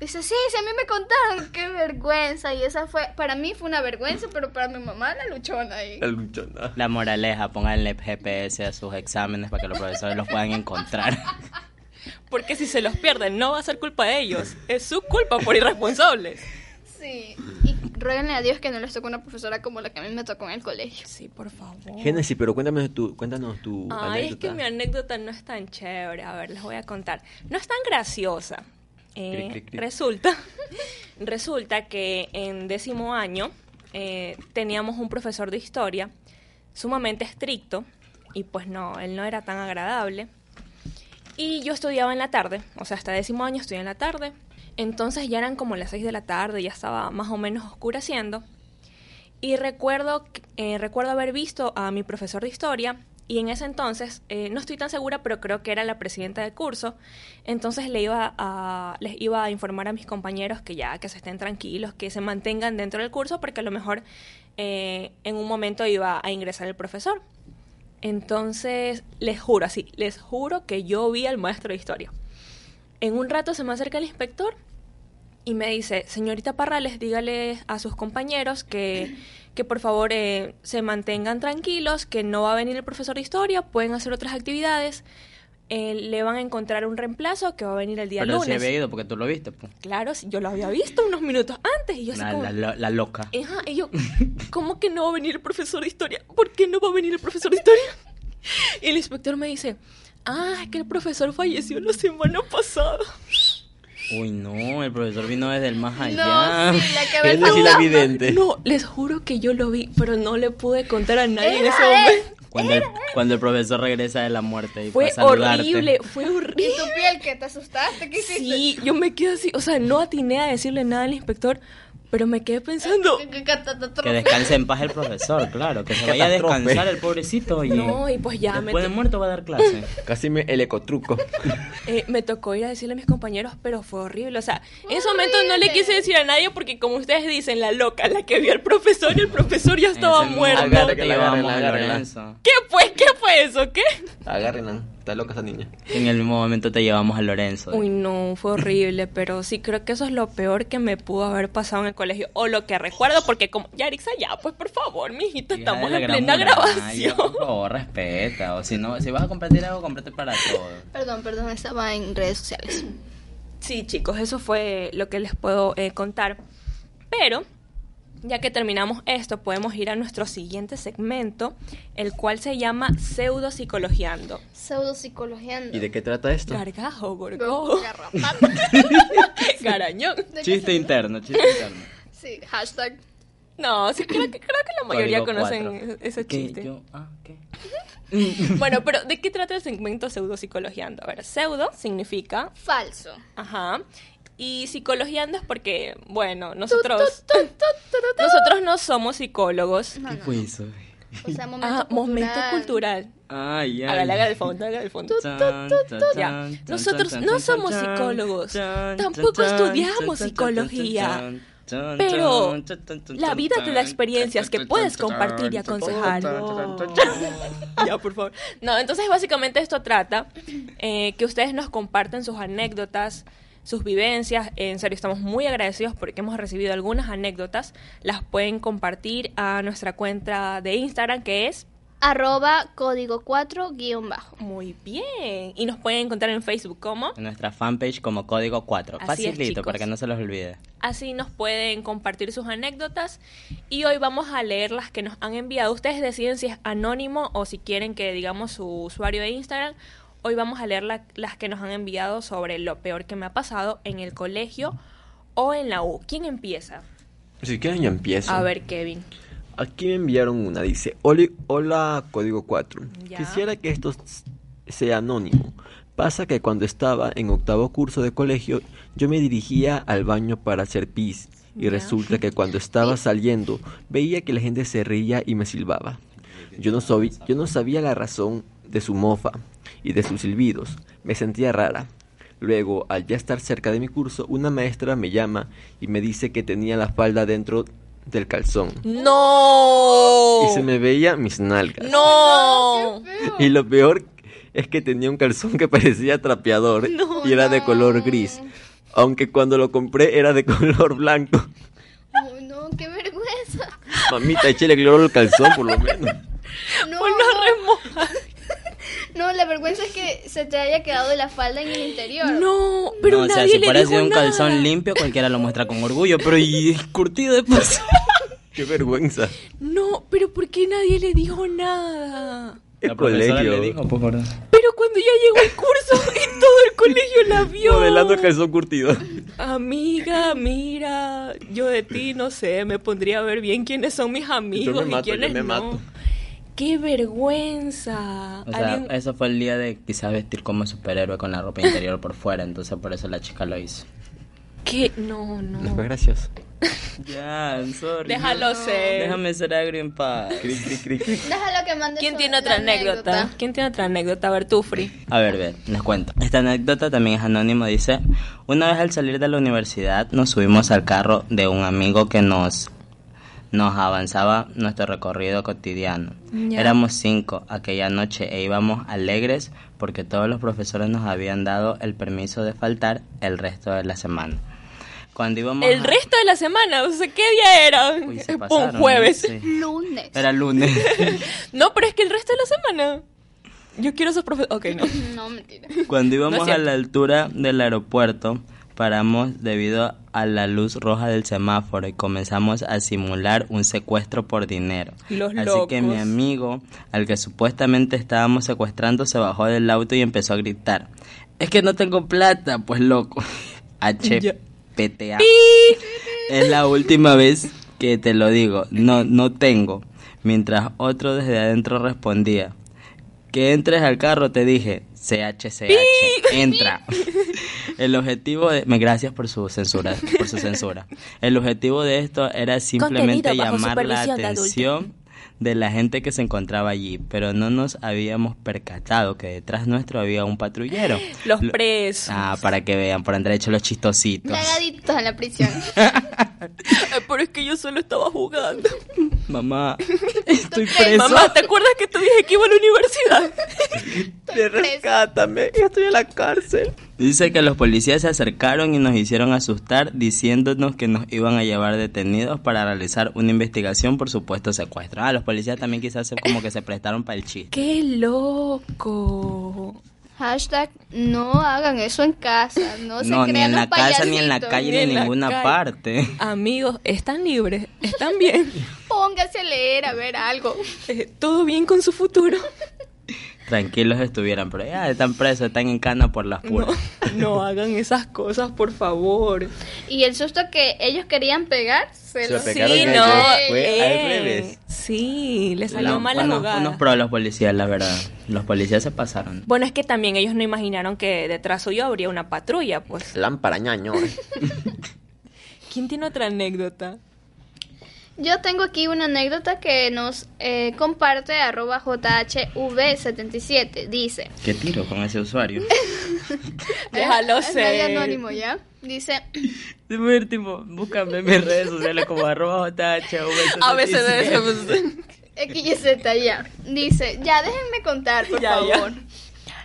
Speaker 3: Dice, sí, si a mí me contaron, qué vergüenza. Y esa fue, para mí fue una vergüenza, pero para mi mamá la luchona. Y...
Speaker 4: La luchona.
Speaker 1: La moraleja, pónganle GPS a sus exámenes para que los profesores los puedan encontrar.
Speaker 2: Porque si se los pierden, no va a ser culpa de ellos. Es su culpa por irresponsables.
Speaker 3: Sí. Y ruéganle a Dios que no les tocó una profesora como la que a mí me tocó en el colegio.
Speaker 2: Sí, por favor.
Speaker 4: Génesis, pero cuéntame tu, cuéntanos tu
Speaker 2: Ay, es que
Speaker 4: anécdota.
Speaker 2: mi anécdota no es tan chévere. A ver, les voy a contar. No es tan graciosa. Eh,
Speaker 4: Cri, cri, cri.
Speaker 2: Resulta, resulta que en décimo año eh, teníamos un profesor de historia sumamente estricto y pues no, él no era tan agradable. Y yo estudiaba en la tarde, o sea, hasta décimo año estudié en la tarde. Entonces ya eran como las 6 de la tarde, ya estaba más o menos oscureciendo. Y recuerdo, que- eh, recuerdo haber visto a mi profesor de historia y en ese entonces, eh, no estoy tan segura, pero creo que era la presidenta del curso, entonces le iba a, les iba a informar a mis compañeros que ya, que se estén tranquilos, que se mantengan dentro del curso, porque a lo mejor eh, en un momento iba a ingresar el profesor. Entonces, les juro, así, les juro que yo vi al maestro de historia. En un rato se me acerca el inspector y me dice, señorita Parrales, dígale a sus compañeros que, que por favor eh, se mantengan tranquilos, que no va a venir el profesor de historia, pueden hacer otras actividades, eh, le van a encontrar un reemplazo que va a venir el día
Speaker 1: Pero sí
Speaker 2: lunes.
Speaker 1: había ido porque tú lo viste. pues.
Speaker 2: Claro, sí, yo lo había visto unos minutos antes y yo Eh. así
Speaker 1: La,
Speaker 2: como...
Speaker 1: la- la- la loca.
Speaker 2: Ajá, y yo, ¿cómo que no va a venir el profesor de historia? ¿Por qué no va a venir el profesor de historia? Y el inspector me dice, ah, es que el profesor falleció la semana pasada.
Speaker 1: Uy, no, el profesor vino desde el más allá.
Speaker 3: No, sí, la que ve el
Speaker 4: Génesis la
Speaker 3: fantasma.
Speaker 4: vidente.
Speaker 2: No, les juro que yo lo vi, pero no le pude contar a nadie en
Speaker 3: Era
Speaker 2: ese
Speaker 3: él.
Speaker 2: momento.
Speaker 1: Cuando el, cuando el profesor regresa de la muerte y
Speaker 2: Fue
Speaker 1: pasa a saludarte.
Speaker 2: horrible, fue
Speaker 3: ¿Y
Speaker 2: horrible.
Speaker 3: tu piel que te asustaste? ¿Qué hiciste?
Speaker 2: Sí, yo me quedé así, o sea, no atiné a decirle nada al inspector, pero me quedé pensando,
Speaker 1: Que descanse en paz el profesor, claro. Que se vaya a
Speaker 4: Catástrofe.
Speaker 1: descansar el pobrecito. Y
Speaker 2: No, y pues ya, me
Speaker 1: Después de
Speaker 2: to-
Speaker 1: muerto va a dar clase.
Speaker 4: Casi me, el ecotruco.
Speaker 2: Eh, me tocó ir a decirle a mis compañeros, pero fue horrible. O sea, en ese momento no le quise decir a nadie porque, como ustedes dicen, la loca, la que vio al profesor y el profesor ya estaba
Speaker 1: En ese
Speaker 2: muerto.
Speaker 1: momento
Speaker 4: que
Speaker 1: te
Speaker 4: la agarren,
Speaker 1: llevamos
Speaker 4: la
Speaker 1: a
Speaker 4: agarren.
Speaker 1: Lorenzo.
Speaker 2: ¿Qué fue? ¿Qué fue eso? ¿Qué?
Speaker 4: Agárrenla. Está loca esa niña.
Speaker 1: En el mismo momento te llevamos a Lorenzo.
Speaker 2: Uy, no, fue horrible, pero sí creo que eso es lo peor que me pudo haber pasado en el colegio o lo que recuerdo, porque como ya, Arixa, ya, pues por favor,
Speaker 1: Hija
Speaker 2: mijita,
Speaker 1: de
Speaker 2: estamos
Speaker 1: la
Speaker 2: en
Speaker 1: gran
Speaker 2: plena
Speaker 1: mula.
Speaker 2: grabación.
Speaker 1: Ay, ya, por favor, respeta. O si no, si vas a compartir algo, comparte para todos.
Speaker 3: Perdón, perdón, estaba en redes sociales.
Speaker 2: Sí, chicos, eso fue lo que les puedo eh, contar. Pero, ya que terminamos esto, podemos ir a nuestro siguiente segmento, el cual se llama pseudopsicologiando.
Speaker 3: Pseudopsicologiando.
Speaker 4: ¿Y de qué trata esto?
Speaker 2: Gargajo, gorgojo,
Speaker 3: Garrapata.
Speaker 2: garañón.
Speaker 3: ¿De qué
Speaker 1: Chiste
Speaker 3: se-
Speaker 1: interno, chiste interno.
Speaker 3: Sí, hashtag.
Speaker 2: No, sí, creo que, creo que la mayoría
Speaker 1: Código
Speaker 2: conocen e-,
Speaker 1: cuatro.
Speaker 2: ese
Speaker 1: ¿Qué?
Speaker 2: chiste.
Speaker 1: Yo- ah, ¿qué?
Speaker 2: Bueno, pero ¿de qué trata el segmento pseudopsicologiando? A ver, pseudo significa,
Speaker 3: Falso.
Speaker 2: ajá, y psicologiando es porque, bueno,
Speaker 3: Tu, tu,
Speaker 2: nosotros,
Speaker 3: tu, tu, tu, tu, tu.
Speaker 2: nosotros no somos psicólogos,
Speaker 1: ¿Qué fue eso?
Speaker 3: O sea, momento
Speaker 2: Ah,
Speaker 3: cultural.
Speaker 2: momento cultural.
Speaker 1: Ay, ay.
Speaker 2: Hágale, hágale el fondo, hágale el fondo.
Speaker 1: Tan, tan,
Speaker 2: Ya.
Speaker 1: tan,
Speaker 2: Nosotros
Speaker 1: tan,
Speaker 2: no
Speaker 1: tan,
Speaker 2: somos
Speaker 1: tan,
Speaker 2: psicólogos.
Speaker 1: tan,
Speaker 2: Tampoco
Speaker 1: tan,
Speaker 2: estudiamos
Speaker 1: tan,
Speaker 2: psicología.
Speaker 1: tan, tan, tan,
Speaker 2: Pero
Speaker 1: tan, tan, tan, tan,
Speaker 2: La vida te da
Speaker 1: tan,
Speaker 2: experiencias que
Speaker 1: tan,
Speaker 2: puedes
Speaker 1: tan,
Speaker 2: compartir y
Speaker 1: tan,
Speaker 2: aconsejar.
Speaker 1: tan, tan,
Speaker 2: ya, por favor. No, entonces básicamente esto trata eh, que ustedes nos comparten sus anécdotas, sus vivencias. En serio, estamos muy agradecidos porque hemos recibido algunas anécdotas. Las pueden compartir a nuestra cuenta de Instagram que es
Speaker 3: Arroba código 4 guión bajo.
Speaker 2: muy bien. Y nos pueden encontrar en Facebook como
Speaker 1: En nuestra fanpage como código 4.
Speaker 2: Así es,
Speaker 1: Facilito,
Speaker 2: chicos.
Speaker 1: para que no se los olvide.
Speaker 2: Así nos pueden compartir sus anécdotas y hoy vamos a leer las que nos han enviado. Ustedes deciden si es anónimo o si quieren que digamos su usuario de Instagram. Hoy vamos a leer la- las que nos han enviado sobre lo peor que me ha pasado en el colegio o en la U. ¿Quién empieza?
Speaker 4: Si quieren yo empiezo.
Speaker 2: A ver, Kevin.
Speaker 4: Aquí me enviaron una, dice, "Oli- hola código 4.
Speaker 2: Ya.
Speaker 4: Quisiera que esto s- sea anónimo. Pasa que cuando estaba en octavo curso de colegio, yo me dirigía al baño para hacer pis. Y
Speaker 2: Ya.
Speaker 4: resulta que cuando estaba saliendo, veía que la gente se reía y me silbaba. Yo no, sobi- yo no sabía la razón de su mofa y de sus silbidos. Me sentía rara. Luego, al ya estar cerca de mi curso, una maestra me llama y me dice que tenía la falda dentro del calzón.
Speaker 1: Uh.
Speaker 2: ¡No!
Speaker 3: Oh.
Speaker 4: Y se me veía mis nalgas.
Speaker 2: ¡No!
Speaker 4: Y lo peor es que tenía un calzón que parecía trapeador y era de color gris. Aunque cuando lo compré era de color blanco.
Speaker 3: Oh, no, qué vergüenza.
Speaker 4: Mamita, échale cloro al calzón por lo menos.
Speaker 3: No,
Speaker 2: Ponlo a
Speaker 3: no,
Speaker 2: remojar.
Speaker 3: no, la vergüenza es que se te haya quedado de la falda en el interior.
Speaker 2: No, pero
Speaker 1: no, o sea,
Speaker 2: nadie
Speaker 1: si
Speaker 2: le
Speaker 1: fuera
Speaker 2: dijo
Speaker 1: sido un
Speaker 2: nada.
Speaker 1: calzón limpio, cualquiera lo muestra con orgullo. Pero y curtido de paso.
Speaker 4: Qué vergüenza.
Speaker 2: No, pero ¿por qué nadie le dijo nada?
Speaker 4: El
Speaker 1: La profesora
Speaker 4: colegio.
Speaker 1: le dijo, "Pues, por favor.
Speaker 2: Pero cuando ya llegó el curso y todo el colegio la vio.
Speaker 4: Modelando el calzón curtido.
Speaker 2: Amiga, mira, yo de ti no sé, me pondría a ver bien quiénes son mis amigos
Speaker 4: me mato,
Speaker 2: y quiénes
Speaker 4: yo me
Speaker 2: no.
Speaker 4: mato.
Speaker 2: Qué vergüenza.
Speaker 1: O sea,
Speaker 2: Alguien-
Speaker 1: eso fue el día de quizás vestir como superhéroe con la ropa interior por fuera. Entonces, por eso la chica lo hizo.
Speaker 2: ¿Qué? No,
Speaker 4: No fue
Speaker 2: no.
Speaker 4: gracioso.
Speaker 1: Ya, I'm sorry.
Speaker 2: Déjalo ser.
Speaker 1: Déjame ser agrio en paz.
Speaker 4: Cri, cri, cri, cri.
Speaker 3: Déjalo que mande
Speaker 2: ¿Quién
Speaker 3: su-
Speaker 2: tiene
Speaker 3: la
Speaker 2: otra anécdota? ¿Quién tiene otra anécdota? A ver, tú, Fri.
Speaker 1: A ver, ver, les cuento. Esta anécdota también es anónimo. Dice, una vez al salir de la universidad nos subimos al carro de un amigo que nos, nos avanzaba nuestro recorrido cotidiano.
Speaker 2: Ya.
Speaker 1: Éramos cinco aquella noche e íbamos alegres porque todos los profesores nos habían dado el permiso de faltar el resto de la semana. Cuando íbamos
Speaker 2: El
Speaker 1: a-
Speaker 2: resto de la semana, o sea, ¿qué día era?
Speaker 1: Uy, se pasaron,
Speaker 2: Un
Speaker 1: ¿no?
Speaker 2: jueves.
Speaker 1: Sí.
Speaker 3: Lunes.
Speaker 1: Era lunes.
Speaker 2: No, pero es que el resto de la semana. Yo quiero esos profesores. Ok, no.
Speaker 3: No, mentira.
Speaker 1: Cuando
Speaker 2: No es
Speaker 1: íbamos a
Speaker 2: cierto.
Speaker 1: la altura del aeropuerto, paramos debido a la luz roja del semáforo y comenzamos a simular un secuestro por dinero.
Speaker 2: Los
Speaker 1: Así que mi
Speaker 2: locos.
Speaker 1: amigo, al que supuestamente estábamos secuestrando, se bajó del auto y empezó a gritar. Es que no tengo plata, pues loco.
Speaker 2: Ya.
Speaker 1: HPTA. Es la última vez que te lo digo. No, no tengo. Mientras otro desde adentro respondía. Que entres al carro, te dije. CHCH, entra. El objetivo de... me- Gracias por su censura, por su censura. El objetivo de esto era simplemente
Speaker 2: Contenido bajo
Speaker 1: llamar la
Speaker 2: supervisión de adultos.
Speaker 1: atención de la gente que se encontraba allí, pero no nos habíamos percatado que detrás nuestro había un patrullero.
Speaker 2: Los
Speaker 1: Lo-
Speaker 2: presos.
Speaker 1: Ah, para que vean, por andar hecho los chistositos.
Speaker 3: Tragaditos en la prisión.
Speaker 2: Ay, Pero es que yo solo estaba jugando.
Speaker 1: Mamá, estoy
Speaker 3: preso.
Speaker 1: preso.
Speaker 2: Mamá, ¿te acuerdas que tú dije que iba a la universidad?
Speaker 4: Te rescátame. Yo estoy en la cárcel.
Speaker 1: Dice que los policías se acercaron y nos hicieron asustar diciéndonos que nos iban a llevar detenidos para realizar una investigación por supuesto secuestro. Ah, los policías también quizás se- como que se prestaron para el chiste.
Speaker 2: ¡Qué loco!
Speaker 3: Hashtag no hagan eso en casa. No se
Speaker 1: No,
Speaker 3: crean
Speaker 1: ni en
Speaker 3: los
Speaker 1: la casa, ni en la
Speaker 3: payasitos.
Speaker 1: calle, ni en
Speaker 2: Ni en la
Speaker 1: ninguna
Speaker 2: calle.
Speaker 1: parte.
Speaker 2: Amigos, están libres, están bien,
Speaker 3: Póngase a leer, a ver algo.
Speaker 2: Eh, todo bien con su futuro.
Speaker 1: Tranquilos estuvieran, pero ya están presos, están en cana por las
Speaker 2: No,
Speaker 1: puras.
Speaker 2: no hagan esas cosas, por favor.
Speaker 3: Y el susto que ellos querían pegar, se
Speaker 4: Se
Speaker 3: lo
Speaker 4: lo pegaron
Speaker 3: Sí,
Speaker 4: ellos.
Speaker 3: no.
Speaker 4: fue al revés.
Speaker 2: eh, Sí, les salió
Speaker 1: La-
Speaker 2: mal la
Speaker 1: unos-
Speaker 2: jugada.
Speaker 1: unos pro los policías, la verdad. Los policías se pasaron.
Speaker 2: Bueno, es que también ellos no imaginaron que detrás suyo habría una patrulla, pues.
Speaker 4: eh. Lámpara ñaño.
Speaker 2: ¿Quién tiene otra anécdota?
Speaker 3: Yo tengo aquí una anécdota que nos eh, comparte arroba JHV77. Dice,
Speaker 1: ¿Qué tiro con ese usuario?
Speaker 2: Déjalo
Speaker 3: ¿eh? es medio
Speaker 2: ser.
Speaker 3: Ah, anónimo, ¿ya? Dice,
Speaker 1: Es muy tipo, búscame en mis redes sociales como arroba jhv77.
Speaker 2: A veces pues. debes-
Speaker 3: XYZ, ya. Dice, ya déjenme contar, por
Speaker 2: Ya, ya.
Speaker 3: favor.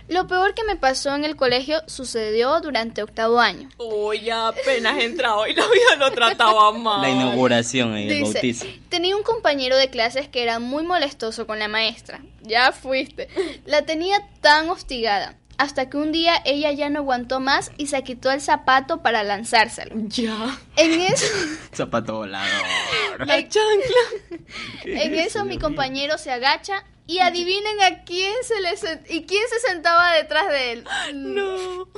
Speaker 3: Lo peor que me pasó en el colegio sucedió durante octavo año.
Speaker 2: Uy, ya apenas entra hoy, la vida lo trataba mal.
Speaker 1: La inauguración y el bautizo.
Speaker 3: Dice, tenía un compañero de clases que era muy molestoso con la maestra. Ya fuiste. La tenía tan hostigada. Hasta que un día ella ya no aguantó más y se quitó el zapato para lanzárselo.
Speaker 2: Ya.
Speaker 3: En eso,
Speaker 1: Zapato volador.
Speaker 2: La chancla.
Speaker 3: en eso mi compañero se agacha y adivinen a quién se le sen- y quién se sentaba detrás de él. Mm.
Speaker 2: No.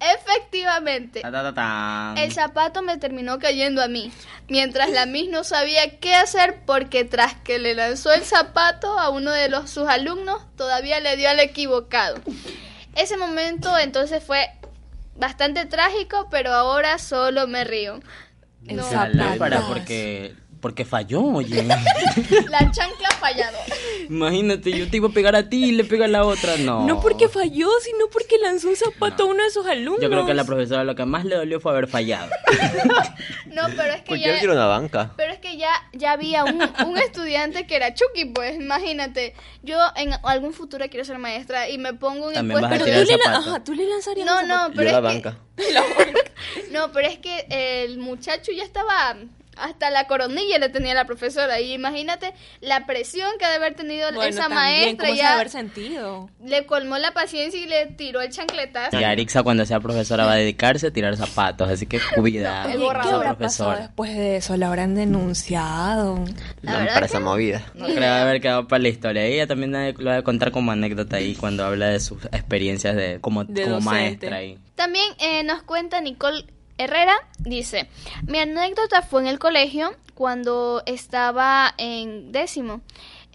Speaker 3: Efectivamente.
Speaker 1: Ta, ta, ta, tan.
Speaker 3: El zapato me terminó cayendo a mí, mientras la Miss no sabía qué hacer porque tras que le lanzó el zapato a uno de los, sus alumnos, todavía le dio al equivocado. Ese momento entonces fue bastante trágico, pero ahora solo me río.
Speaker 2: El
Speaker 3: No,
Speaker 1: La lámpara
Speaker 2: Zapatas.
Speaker 1: porque, porque falló, oye.
Speaker 3: la chancla fallado.
Speaker 1: Imagínate, yo te iba a pegar a ti y le pega a la otra. No.
Speaker 2: No porque falló, sino porque lanzó un zapato a uno de sus alumnos.
Speaker 1: Yo creo que a la profesora lo que más le dolió fue haber fallado.
Speaker 3: No, pero es que
Speaker 4: Porque Pues yo quiero
Speaker 3: ya...
Speaker 4: una banca.
Speaker 3: Pero es que ya, ya había un, un estudiante que era Chucky, pues imagínate. Yo en algún futuro quiero ser maestra y me pongo un
Speaker 1: También vas a tirar
Speaker 3: impuesto
Speaker 2: Tú le, la-
Speaker 1: zapato.
Speaker 2: Ajá, tú le lanzarías
Speaker 3: No,
Speaker 2: un
Speaker 3: no,
Speaker 4: Yo
Speaker 3: pero
Speaker 4: la
Speaker 3: es que,
Speaker 4: banca.
Speaker 3: No, pero es que el muchacho ya estaba hasta la coronilla le tenía la profesora y imagínate la presión que ha de haber tenido
Speaker 2: Bueno,
Speaker 3: esa
Speaker 2: también,
Speaker 3: maestra
Speaker 2: ¿cómo se va a
Speaker 3: ya
Speaker 2: haber sentido?
Speaker 3: le colmó la paciencia y le tiró el chancletazo.
Speaker 1: Y Arixa cuando sea profesora va a dedicarse a tirar zapatos, así que cuidado,
Speaker 3: El
Speaker 2: Oye,
Speaker 3: borrador.
Speaker 2: ¿Qué
Speaker 1: esa
Speaker 2: habrá pasado
Speaker 1: profesora.
Speaker 2: después de eso? ¿La habrán denunciado?
Speaker 3: La
Speaker 4: No,
Speaker 3: verdad
Speaker 4: para
Speaker 3: que-
Speaker 4: esa movida.
Speaker 1: No creo haber quedado para la historia. Ella también la- lo va a contar como anécdota ahí cuando habla de sus experiencias de como,
Speaker 2: De
Speaker 1: como
Speaker 2: docente.
Speaker 1: maestra ahí.
Speaker 3: También eh, nos cuenta Nicole Herrera, dice, mi anécdota fue en el colegio cuando estaba en décimo.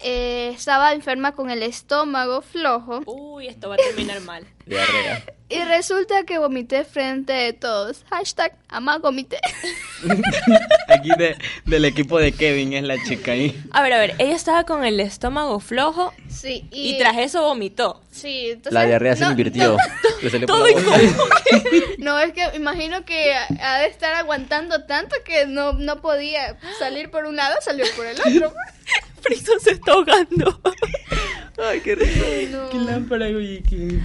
Speaker 3: Eh, estaba enferma con el estómago flojo
Speaker 2: Uy, esto va a terminar mal.
Speaker 4: Diarrea.
Speaker 3: y resulta que vomité frente de todos. Hashtag ama vomité.
Speaker 1: Aquí de- del equipo de Kevin es la chica ahí.
Speaker 2: A ver, a ver, ella estaba con el estómago flojo
Speaker 3: Sí,
Speaker 2: y, tras eso vomitó.
Speaker 3: Sí, entonces,
Speaker 4: La diarrea se
Speaker 3: no,
Speaker 4: invirtió. Le salió por
Speaker 2: Todo
Speaker 4: la boca.
Speaker 3: No, es que imagino que ha de estar aguantando tanto que no, no podía salir por un lado, salió por el otro.
Speaker 2: Friso se está ahogando.
Speaker 4: Ay, qué rico.
Speaker 1: Qué lámpara, oye, qué-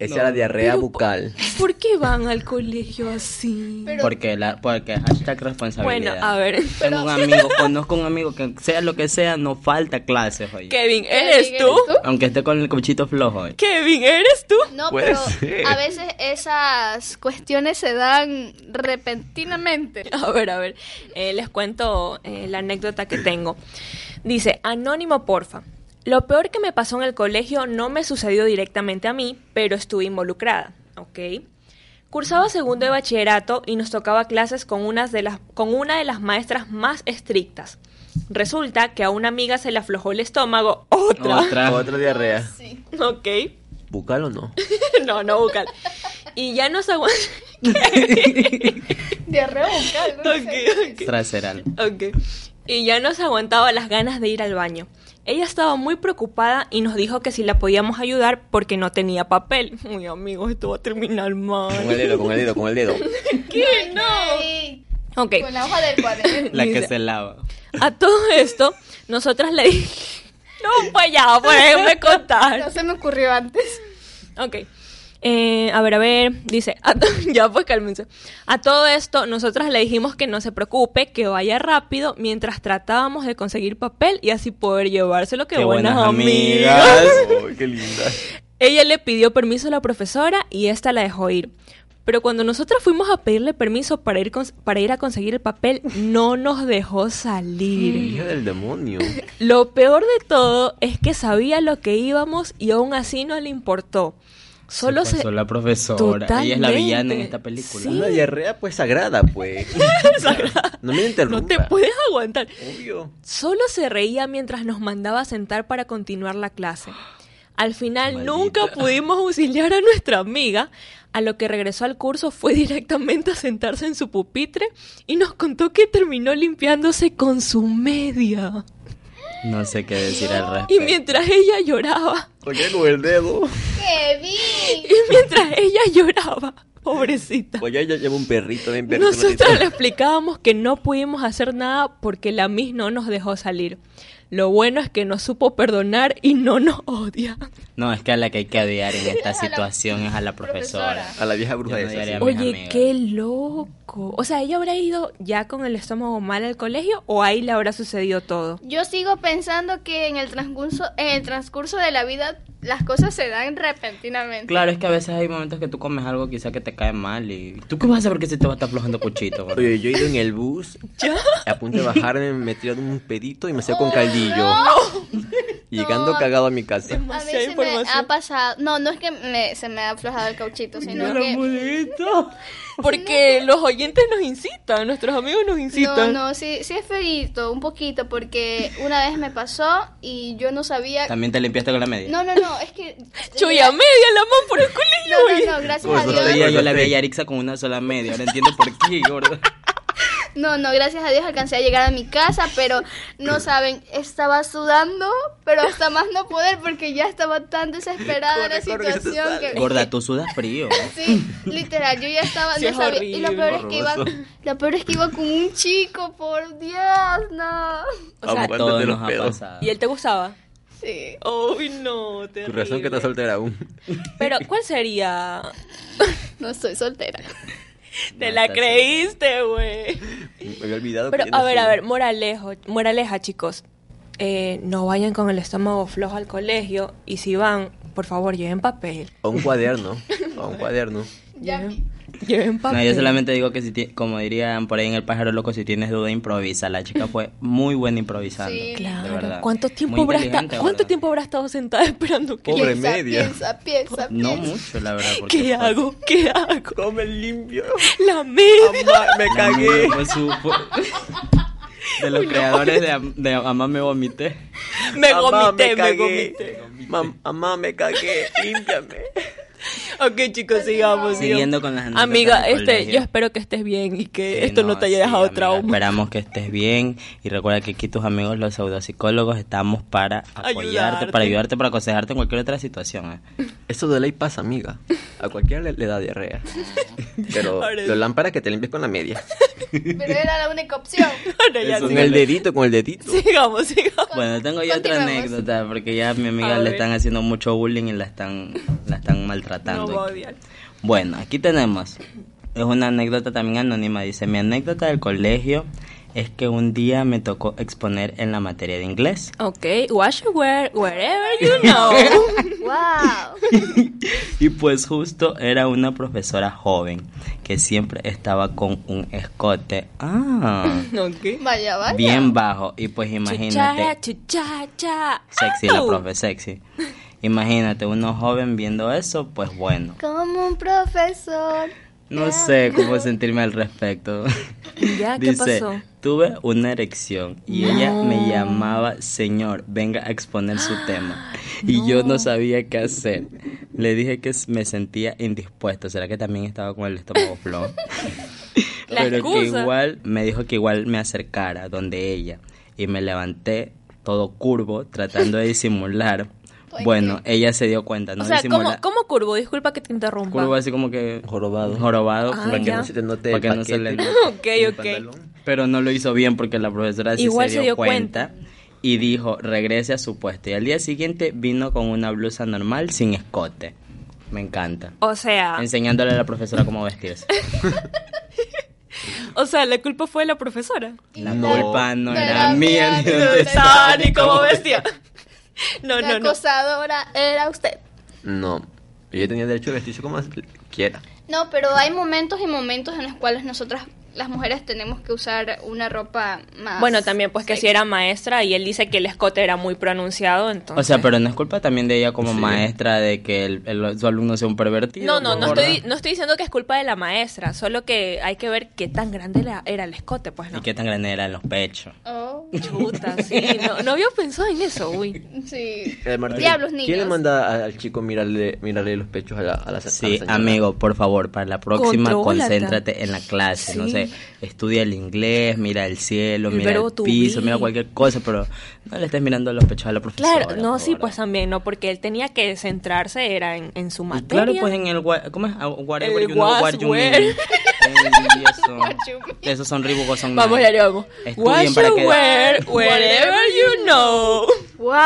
Speaker 4: Esa
Speaker 1: No.
Speaker 4: era diarrea
Speaker 2: Pero-
Speaker 4: bucal.
Speaker 2: ¿Por qué van al colegio así?
Speaker 3: Pero-
Speaker 1: Porque, la, porque hashtag
Speaker 2: Bueno,
Speaker 1: responsabilidad.
Speaker 2: a ver.
Speaker 1: Tengo un amigo, conozco un amigo que sea lo que sea, no falta clases hoy.
Speaker 2: Kevin, ¿eres
Speaker 3: Miguel,
Speaker 2: tú?
Speaker 1: Aunque esté con el cochito flojo hoy.
Speaker 2: Kevin, ¿eres tú?
Speaker 3: No,
Speaker 4: Puede
Speaker 3: pero
Speaker 4: ser.
Speaker 3: a veces esas cuestiones se dan repentinamente.
Speaker 2: A ver, a ver. eh, les cuento eh, la anécdota que tengo. Dice, anónimo, porfa. Lo peor que me pasó en el colegio no me sucedió directamente a mí, pero estuve involucrada, ¿ok? Cursaba segundo de bachillerato y nos tocaba clases con, unas de las, con una de las maestras más estrictas. Resulta que a una amiga se le aflojó el estómago. ¡Otra!
Speaker 1: Otra.
Speaker 4: Otra diarrea.
Speaker 2: ¿Ok?
Speaker 4: ¿Bucal o no?
Speaker 2: No, no, bucal. Y ya nos aguantó.
Speaker 3: Diarrea bucal, no sé.
Speaker 1: Traseral.
Speaker 2: Ok. Y ya nos aguantaba las ganas de ir al baño. Ella estaba muy preocupada y nos dijo que si la podíamos ayudar porque no tenía papel. Muy amigos, esto va a terminar
Speaker 4: Con el
Speaker 2: mal.
Speaker 4: dedo, con el dedo, con el dedo.
Speaker 2: ¿Qué?
Speaker 3: Ay,
Speaker 2: Ok.
Speaker 3: Con la hoja del cuaderno.
Speaker 1: La que
Speaker 2: Dice-
Speaker 1: se lava.
Speaker 2: A todo esto, nosotras le dije... No, pues ya, pues déjame
Speaker 3: No
Speaker 2: contar.
Speaker 3: se me ocurrió antes.
Speaker 2: Ok. Eh, a ver, a ver, dice, a to- ya pues cálmense. A todo esto, nosotras le dijimos que no se preocupe, que vaya rápido, mientras tratábamos de conseguir papel y así poder llevárselo. que
Speaker 1: Qué
Speaker 2: buenas,
Speaker 1: buenas
Speaker 2: amigas.
Speaker 4: Ay, qué linda.
Speaker 2: Ella le pidió permiso a la profesora y esta la dejó ir. Pero cuando nosotros fuimos a pedirle permiso para ir, cons- para ir a conseguir el papel, no nos dejó salir.
Speaker 4: Hija del demonio.
Speaker 2: Lo peor de todo es que sabía lo que íbamos y aún así no le importó. Solo se...
Speaker 1: pasó la profesora. Ella es la villana en
Speaker 2: Totalmente.
Speaker 1: esta película.
Speaker 2: Sí.
Speaker 4: Una diarrea pues sagrada, pues. No me interrumpa.
Speaker 2: No te puedes aguantar.
Speaker 4: Obvio.
Speaker 2: Solo se reía mientras nos mandaba a sentar para continuar la clase. Al final
Speaker 1: Maldita.
Speaker 2: nunca pudimos auxiliar a nuestra amiga, a lo que regresó al curso fue directamente a sentarse en su pupitre y nos contó que terminó limpiándose con su media.
Speaker 1: No sé qué decir al respecto.
Speaker 2: Y mientras ella lloraba,
Speaker 4: Porque con el dedo.
Speaker 3: ¡Qué bien!
Speaker 2: y mientras ella lloraba, pobrecita.
Speaker 4: Porque ella lleva un perrito bien perrito.
Speaker 2: Nosotros le explicábamos que no pudimos hacer nada porque la Miss no nos dejó salir. Lo bueno es que nos supo perdonar y no nos odia.
Speaker 1: No, es que a la que hay que odiar en esta
Speaker 3: la
Speaker 1: situación es a la profesora.
Speaker 4: A la vieja bruja
Speaker 1: Yo no
Speaker 4: esa,
Speaker 1: diría
Speaker 4: sí.
Speaker 1: a mis
Speaker 2: Oye,
Speaker 1: amigas.
Speaker 2: qué loco. O sea, ¿ella habrá ido ya con el estómago mal al colegio o ahí le habrá sucedido todo?
Speaker 3: Yo sigo pensando que en el transcurso, en el transcurso de la vida las cosas se dan repentinamente.
Speaker 1: Claro, es que a veces hay momentos que tú comes algo quizá que te cae mal y tú qué vas a saber que se te va a estar aflojando cuchito. bro?
Speaker 4: Oye, yo he ido en el bus, a punto de bajarme, me tiraron un pedito y me hacía
Speaker 3: Oh,
Speaker 4: con caldillo. Llegando cagado a mi casa.
Speaker 3: A mí
Speaker 2: Demasiada
Speaker 3: se me ha
Speaker 2: información.
Speaker 3: pasado, no, no es que me- se me ha aflojado el cauchito, sino que
Speaker 2: Porque los oyentes nos incitan, nuestros amigos nos
Speaker 3: no,
Speaker 2: incitan.
Speaker 3: no, sí, sí es feito, un poquito, porque una vez me pasó y yo no sabía.
Speaker 1: También te limpiaste con la media.
Speaker 3: No, no, no, es que.
Speaker 2: Chuya media la man por el colegio.
Speaker 3: No, no,
Speaker 2: oye.
Speaker 3: no, gracias
Speaker 4: Pues,
Speaker 3: a
Speaker 4: no
Speaker 1: Otro
Speaker 4: te
Speaker 3: Dios.
Speaker 1: día yo la vi a
Speaker 4: Sí.
Speaker 1: Yarixa con una sola media. Ahora entiendo por qué, gordo.
Speaker 3: No, no, gracias a Dios alcancé a llegar a mi casa, pero no saben, estaba sudando, pero hasta más no poder porque ya estaba tan desesperada de la
Speaker 4: Corre, corre, que se te
Speaker 3: situación
Speaker 4: sale.
Speaker 3: que.
Speaker 1: Gorda, tú sudas frío.
Speaker 3: Sí, literal, yo ya estaba,
Speaker 2: Sí,
Speaker 3: no
Speaker 2: es
Speaker 3: sabía, y lo
Speaker 2: horrible,
Speaker 3: peor es que iba,
Speaker 4: horroroso.
Speaker 3: lo peor es que iba con un chico, por Dios, no.
Speaker 2: O sea,
Speaker 1: A
Speaker 4: Aguántate
Speaker 1: todos
Speaker 4: los
Speaker 1: nos ha
Speaker 4: pedos.
Speaker 1: pasado.
Speaker 2: ¿Y él te gustaba?
Speaker 3: Sí.
Speaker 2: Uy, no, te
Speaker 4: Tu razón que estás soltera aún.
Speaker 2: Pero, ¿cuál sería?
Speaker 3: No estoy soltera.
Speaker 2: Te
Speaker 1: No,
Speaker 2: la
Speaker 1: está
Speaker 2: creíste, güey.
Speaker 4: Me había olvidado.
Speaker 2: Pero,
Speaker 4: que ya
Speaker 2: a
Speaker 4: no
Speaker 2: ver,
Speaker 4: soy-
Speaker 2: a ver, moralejo, moraleja, chicos. Eh, no vayan con el estómago flojo al colegio y si van, por favor, lleven papel.
Speaker 4: A un cuaderno. A un cuaderno.
Speaker 3: Ya.
Speaker 2: Lleven, lleven papel.
Speaker 1: No, yo solamente digo que, si ti- como dirían por ahí en El Pájaro Loco, si tienes duda, improvisa. La chica fue muy buena improvisando.
Speaker 3: Sí.
Speaker 1: de
Speaker 2: Claro.
Speaker 1: verdad.
Speaker 2: ¿Cuánto tiempo,
Speaker 1: Muy
Speaker 2: habrá esta-
Speaker 1: inteligente,
Speaker 2: ¿Cuánto
Speaker 1: gorda.
Speaker 2: tiempo habrá estado sentada esperando que
Speaker 4: Pobre
Speaker 3: piensa,
Speaker 4: media.
Speaker 3: Piensa, piensa,
Speaker 1: No
Speaker 3: piensa.
Speaker 1: mucho, la verdad. porque
Speaker 2: ¿Qué
Speaker 1: fue-
Speaker 2: hago? ¿Qué hago?
Speaker 4: Come limpio.
Speaker 2: La media.
Speaker 4: me
Speaker 1: La mierda fue su- fue- De los creadores de, Am- de Amá me vomité.
Speaker 2: Me gomité, me gomité.
Speaker 4: Mamá, me cagué. Límpiame.
Speaker 2: Ok, chicos, sigamos. sigamos.
Speaker 1: Siguiendo con las anécdotas
Speaker 2: Amiga,
Speaker 1: del
Speaker 2: este,
Speaker 1: colegio.
Speaker 2: yo espero que estés bien y que
Speaker 1: Sí,
Speaker 2: esto no, te haya
Speaker 1: sí,
Speaker 2: dejado
Speaker 1: amiga,
Speaker 2: trauma.
Speaker 1: Esperamos que estés bien y recuerda que aquí tus amigos los pseudopsicólogos estamos para apoyarte,
Speaker 2: Ayudarte.
Speaker 1: para ayudarte, para aconsejarte en cualquier otra situación. ¿eh?
Speaker 4: Eso de ley pasa, amiga. A cualquiera le, le da diarrea. Pero
Speaker 2: Ahora-
Speaker 4: la lámpara que te limpies con la media.
Speaker 3: Pero era la única opción.
Speaker 2: Bueno, ya,
Speaker 4: Con
Speaker 2: sigamos.
Speaker 4: el dedito, con el dedito.
Speaker 2: sigamos, sigamos.
Speaker 1: Bueno, tengo yo otra
Speaker 3: Continuemos.
Speaker 1: anécdota porque ya a mi
Speaker 2: A
Speaker 1: amiga le
Speaker 2: ver.
Speaker 1: están haciendo mucho bullying y la están la están
Speaker 2: No
Speaker 1: maltratando.
Speaker 2: voy a odiar.
Speaker 1: Bueno, aquí tenemos. Es una anécdota también anónima. Dice, mi anécdota del colegio es que un día me tocó exponer en la materia de inglés.
Speaker 2: Ok, wash your wear, wherever you know.
Speaker 3: Wow.
Speaker 1: Y pues justo era una profesora joven que siempre estaba con un escote. Ah.
Speaker 2: ok.
Speaker 3: Vaya, vaya.
Speaker 1: Bien bajo. Y pues imagínate.
Speaker 2: Chuchara, chuchacha.
Speaker 1: Sexy la
Speaker 2: Au.
Speaker 1: profe, sexy. Imagínate, uno joven viendo eso, pues bueno.
Speaker 3: Como un profesor.
Speaker 1: No sé cómo sentirme al respecto.
Speaker 2: Ya, ¿qué
Speaker 1: Dice,
Speaker 2: pasó?
Speaker 1: tuve una erección y ella me llamaba, señor, venga a exponer su tema. Y yo no sabía qué hacer. Le dije que s- me sentía indispuesto. ¿Será que también estaba con el estómago flojo?
Speaker 2: La
Speaker 1: Pero que
Speaker 2: excusa.
Speaker 1: igual me dijo que igual me acercara donde ella. Y me levanté todo curvo tratando de disimular. Bueno, ella se dio cuenta, no
Speaker 2: o sea, ¿cómo,
Speaker 1: disimula.
Speaker 2: ¿cómo curvo? Disculpa que te interrumpa.
Speaker 1: Curvo así como que
Speaker 4: Jorobado.
Speaker 1: jorobado,
Speaker 2: Ah,
Speaker 1: como
Speaker 2: ya.
Speaker 1: que no se te note
Speaker 4: el
Speaker 1: para que no se le
Speaker 4: paquete.
Speaker 1: note.
Speaker 2: Ok, ok.
Speaker 1: Pero no lo hizo bien porque la profesora sí
Speaker 2: Igual
Speaker 1: se
Speaker 2: se
Speaker 1: dio,
Speaker 2: dio
Speaker 1: cuenta, y dijo, regrese a su puesto. Y al día siguiente vino con una blusa normal sin escote. Me encanta.
Speaker 2: O sea,
Speaker 1: Enseñándole a la profesora cómo vestirse.
Speaker 2: o sea, la culpa fue de la profesora.
Speaker 1: La
Speaker 4: No.
Speaker 1: culpa no
Speaker 3: No
Speaker 1: era
Speaker 3: era
Speaker 1: mía.
Speaker 3: mía,
Speaker 1: ni
Speaker 3: ni
Speaker 1: de
Speaker 3: de
Speaker 1: esa-
Speaker 2: Estaba ni como bestia. No,
Speaker 3: La
Speaker 2: no, no.
Speaker 3: acosadora era usted.
Speaker 4: No. Yo tenía derecho a vestirse como quiera.
Speaker 3: No, pero hay momentos y momentos en los cuales nosotras las mujeres tenemos que usar una ropa más.
Speaker 2: Bueno, también pues que si
Speaker 3: sexy.
Speaker 2: era maestra y él dice que el escote era muy pronunciado, entonces...
Speaker 1: O sea, pero no es culpa también de ella como
Speaker 4: Sí.
Speaker 1: maestra de que el, el- su alumno sea un pervertido.
Speaker 2: No, no,
Speaker 1: pues,
Speaker 2: no
Speaker 1: gorda.
Speaker 2: estoy, no estoy diciendo que es culpa de la maestra, solo que hay que ver qué tan grande la- era el escote, pues no.
Speaker 1: Y qué tan grande eran los pechos.
Speaker 3: Oh,
Speaker 2: Chuta, sí, no, no había pensado en eso, uy.
Speaker 3: sí.
Speaker 4: Eh, Martín,
Speaker 3: Diablos,
Speaker 4: ¿Quién le
Speaker 3: niños.
Speaker 4: manda a- al chico mirarle, mirarle los pechos a la, a la se- a la
Speaker 1: Sí,
Speaker 4: señora?
Speaker 1: amigo, por favor, para la próxima
Speaker 2: Contrólate.
Speaker 1: concéntrate en la clase, no
Speaker 2: Sí.
Speaker 1: sé, estudia el inglés, mira el cielo,
Speaker 2: El
Speaker 1: mira
Speaker 2: verbo
Speaker 1: el
Speaker 2: to
Speaker 1: piso,
Speaker 2: be.
Speaker 1: mira cualquier cosa, pero no le estés mirando los pechos a la profesora.
Speaker 2: Claro, no, sí,
Speaker 1: gorda.
Speaker 2: pues también, no, porque él tenía que centrarse, era en, en su
Speaker 1: Y
Speaker 2: materia.
Speaker 1: Claro, pues en el wha- ¿cómo es? Ah, Whatever
Speaker 2: El
Speaker 1: you know, what you mean.
Speaker 2: whatsoever.
Speaker 1: Eh, y eso.
Speaker 3: What you mean.
Speaker 1: Esos son ribugos, son
Speaker 2: Vamos,
Speaker 1: nice.
Speaker 2: ya vamos. What
Speaker 1: Estudien para
Speaker 2: you
Speaker 1: que
Speaker 2: wear, wherever you know.
Speaker 3: ¡Wow!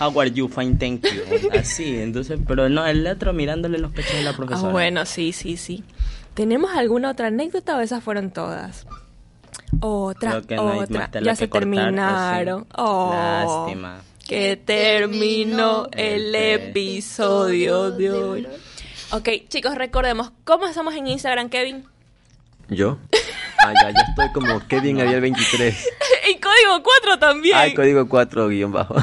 Speaker 1: How are you? Fine, thank you. Así, entonces, pero no, el otro mirándole los pechos a la
Speaker 2: Ah,
Speaker 1: profesora.
Speaker 2: bueno, sí, sí, sí. ¿Tenemos alguna otra anécdota o esas fueron todas? Otra,
Speaker 1: Creo que no hay más
Speaker 2: otra.
Speaker 1: tela
Speaker 2: ya
Speaker 1: que
Speaker 2: se
Speaker 1: cortar,
Speaker 2: terminaron.
Speaker 1: así.
Speaker 2: Oh,
Speaker 1: Lástima. Este
Speaker 2: Que terminó
Speaker 3: Terminó
Speaker 2: el
Speaker 1: el
Speaker 2: episodio de
Speaker 3: episodio
Speaker 2: hoy.
Speaker 3: de hoy.
Speaker 2: Ok, chicos, recordemos, ¿cómo estamos en Instagram, Kevin?
Speaker 4: ¿Yo? Ah, ya, ya estoy como Kevin Ariel 23.
Speaker 2: y código 4 también.
Speaker 4: Ay, código 4 guión bajo.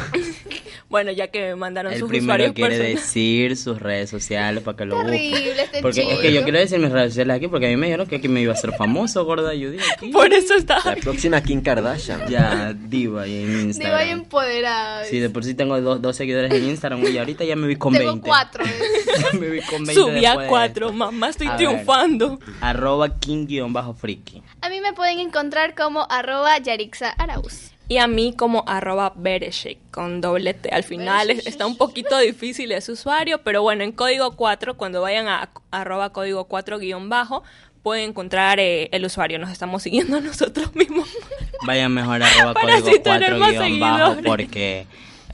Speaker 2: bueno, ya que me mandaron
Speaker 1: El
Speaker 2: sus
Speaker 1: primero
Speaker 2: usuarios pues,
Speaker 1: quiere
Speaker 2: personales.
Speaker 1: decir sus redes sociales para que lo busquen.
Speaker 3: Terrible este
Speaker 1: Porque es que
Speaker 3: chico.
Speaker 1: yo quiero decir mis redes sociales aquí porque a mí me dijeron que aquí me iba a hacer famoso, gorda. y Yo dije, aquí.
Speaker 2: Por eso está.
Speaker 4: La próxima Kim Kardashian.
Speaker 1: Ya, diva ahí en
Speaker 3: Diva vaya
Speaker 1: Instagram.
Speaker 3: empoderada.
Speaker 1: Sí, de por sí tengo dos, dos seguidores en Instagram y ahorita ya me vi con
Speaker 3: Tengo
Speaker 1: 20.
Speaker 3: cuatro.
Speaker 1: me vi con 20
Speaker 2: Subí
Speaker 1: después
Speaker 2: a
Speaker 1: de
Speaker 2: 4,
Speaker 1: esto.
Speaker 2: mamá, estoy
Speaker 1: A ver.
Speaker 2: triunfando.
Speaker 1: Arroba king-friki.
Speaker 3: A mí me pueden encontrar como arroba Yarixa Arauz.
Speaker 2: Y a mí como arroba Bereshek con doble T. Al final es- está un poquito difícil ese usuario, pero bueno, en código 4, cuando vayan a arroba código 4 guión bajo, pueden encontrar eh, el usuario. Nos estamos siguiendo a nosotros mismos.
Speaker 1: Vayan mejor a arroba
Speaker 2: Para
Speaker 1: código
Speaker 2: así
Speaker 1: 4
Speaker 2: tener más
Speaker 1: guión bajo
Speaker 2: seguidores.
Speaker 1: porque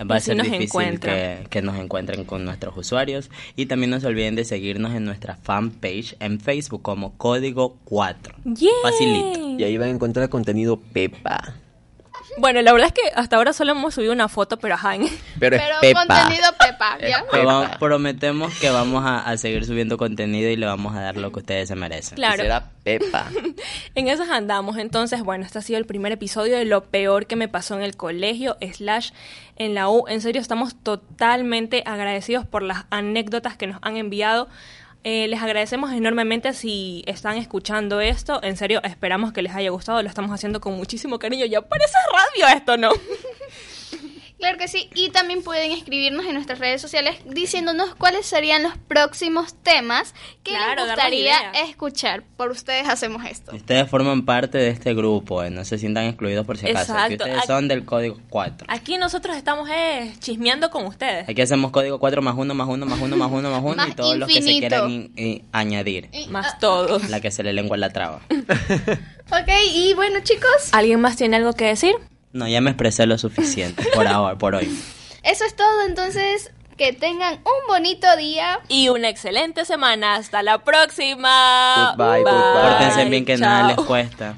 Speaker 1: va a
Speaker 2: Así
Speaker 1: ser
Speaker 2: nos
Speaker 1: difícil que,
Speaker 2: encuentran.
Speaker 1: que nos encuentren con nuestros usuarios. Y también no se olviden de seguirnos en nuestra fanpage en Facebook como código 4.
Speaker 2: ¡Yay!
Speaker 1: Facilito.
Speaker 4: Y ahí van a encontrar contenido Pepa.
Speaker 2: Bueno, la verdad es que hasta ahora solo hemos subido una foto, pero ajá, en-
Speaker 4: Pero, es
Speaker 3: Pero
Speaker 4: Pepa.
Speaker 3: contenido Pepa, ¿ya?
Speaker 1: Pero va- prometemos que vamos a, a seguir subiendo contenido y le vamos a dar lo que ustedes se merecen.
Speaker 2: claro.
Speaker 4: Será Pepa.
Speaker 2: En esas andamos. Entonces, bueno, este ha sido el primer episodio de lo peor que me pasó en el colegio, slash, en la U. En serio, estamos totalmente agradecidos por las anécdotas que nos han enviado. Eh, les agradecemos enormemente si están escuchando esto. En serio, esperamos que les haya gustado. Lo estamos haciendo con muchísimo cariño. Ya parece radio esto, ¿no?
Speaker 3: Claro que sí. Y también pueden escribirnos en nuestras redes sociales diciéndonos cuáles serían los próximos temas que
Speaker 2: Claro,
Speaker 3: les
Speaker 2: darnos
Speaker 3: gustaría
Speaker 2: ideas.
Speaker 3: escuchar. Por ustedes hacemos esto.
Speaker 1: Ustedes forman parte de este grupo, eh, no se sientan excluidos por si acaso. que
Speaker 2: Exacto.
Speaker 1: ustedes
Speaker 2: Ac-
Speaker 1: son del código 4.
Speaker 2: Aquí nosotros estamos eh, chismeando con ustedes.
Speaker 1: Aquí hacemos código 4 más 1 más 1 más 1 más 1 más 1 y
Speaker 3: Más
Speaker 1: todos los que se
Speaker 3: infinito.
Speaker 1: quieran in- in- añadir.
Speaker 3: Y-
Speaker 2: Más todos.
Speaker 1: La que se le lengua la traba.
Speaker 3: Ok, y bueno chicos,
Speaker 2: ¿Alguien más tiene algo que decir?
Speaker 1: No, ya me expresé lo suficiente por ahora, por hoy.
Speaker 3: eso es todo. Entonces, que tengan un bonito día.
Speaker 2: Y una excelente semana. Hasta la próxima. Bye.
Speaker 4: Goodbye, goodbye.
Speaker 1: Pórtense bien que nada les
Speaker 2: Chao.
Speaker 1: cuesta.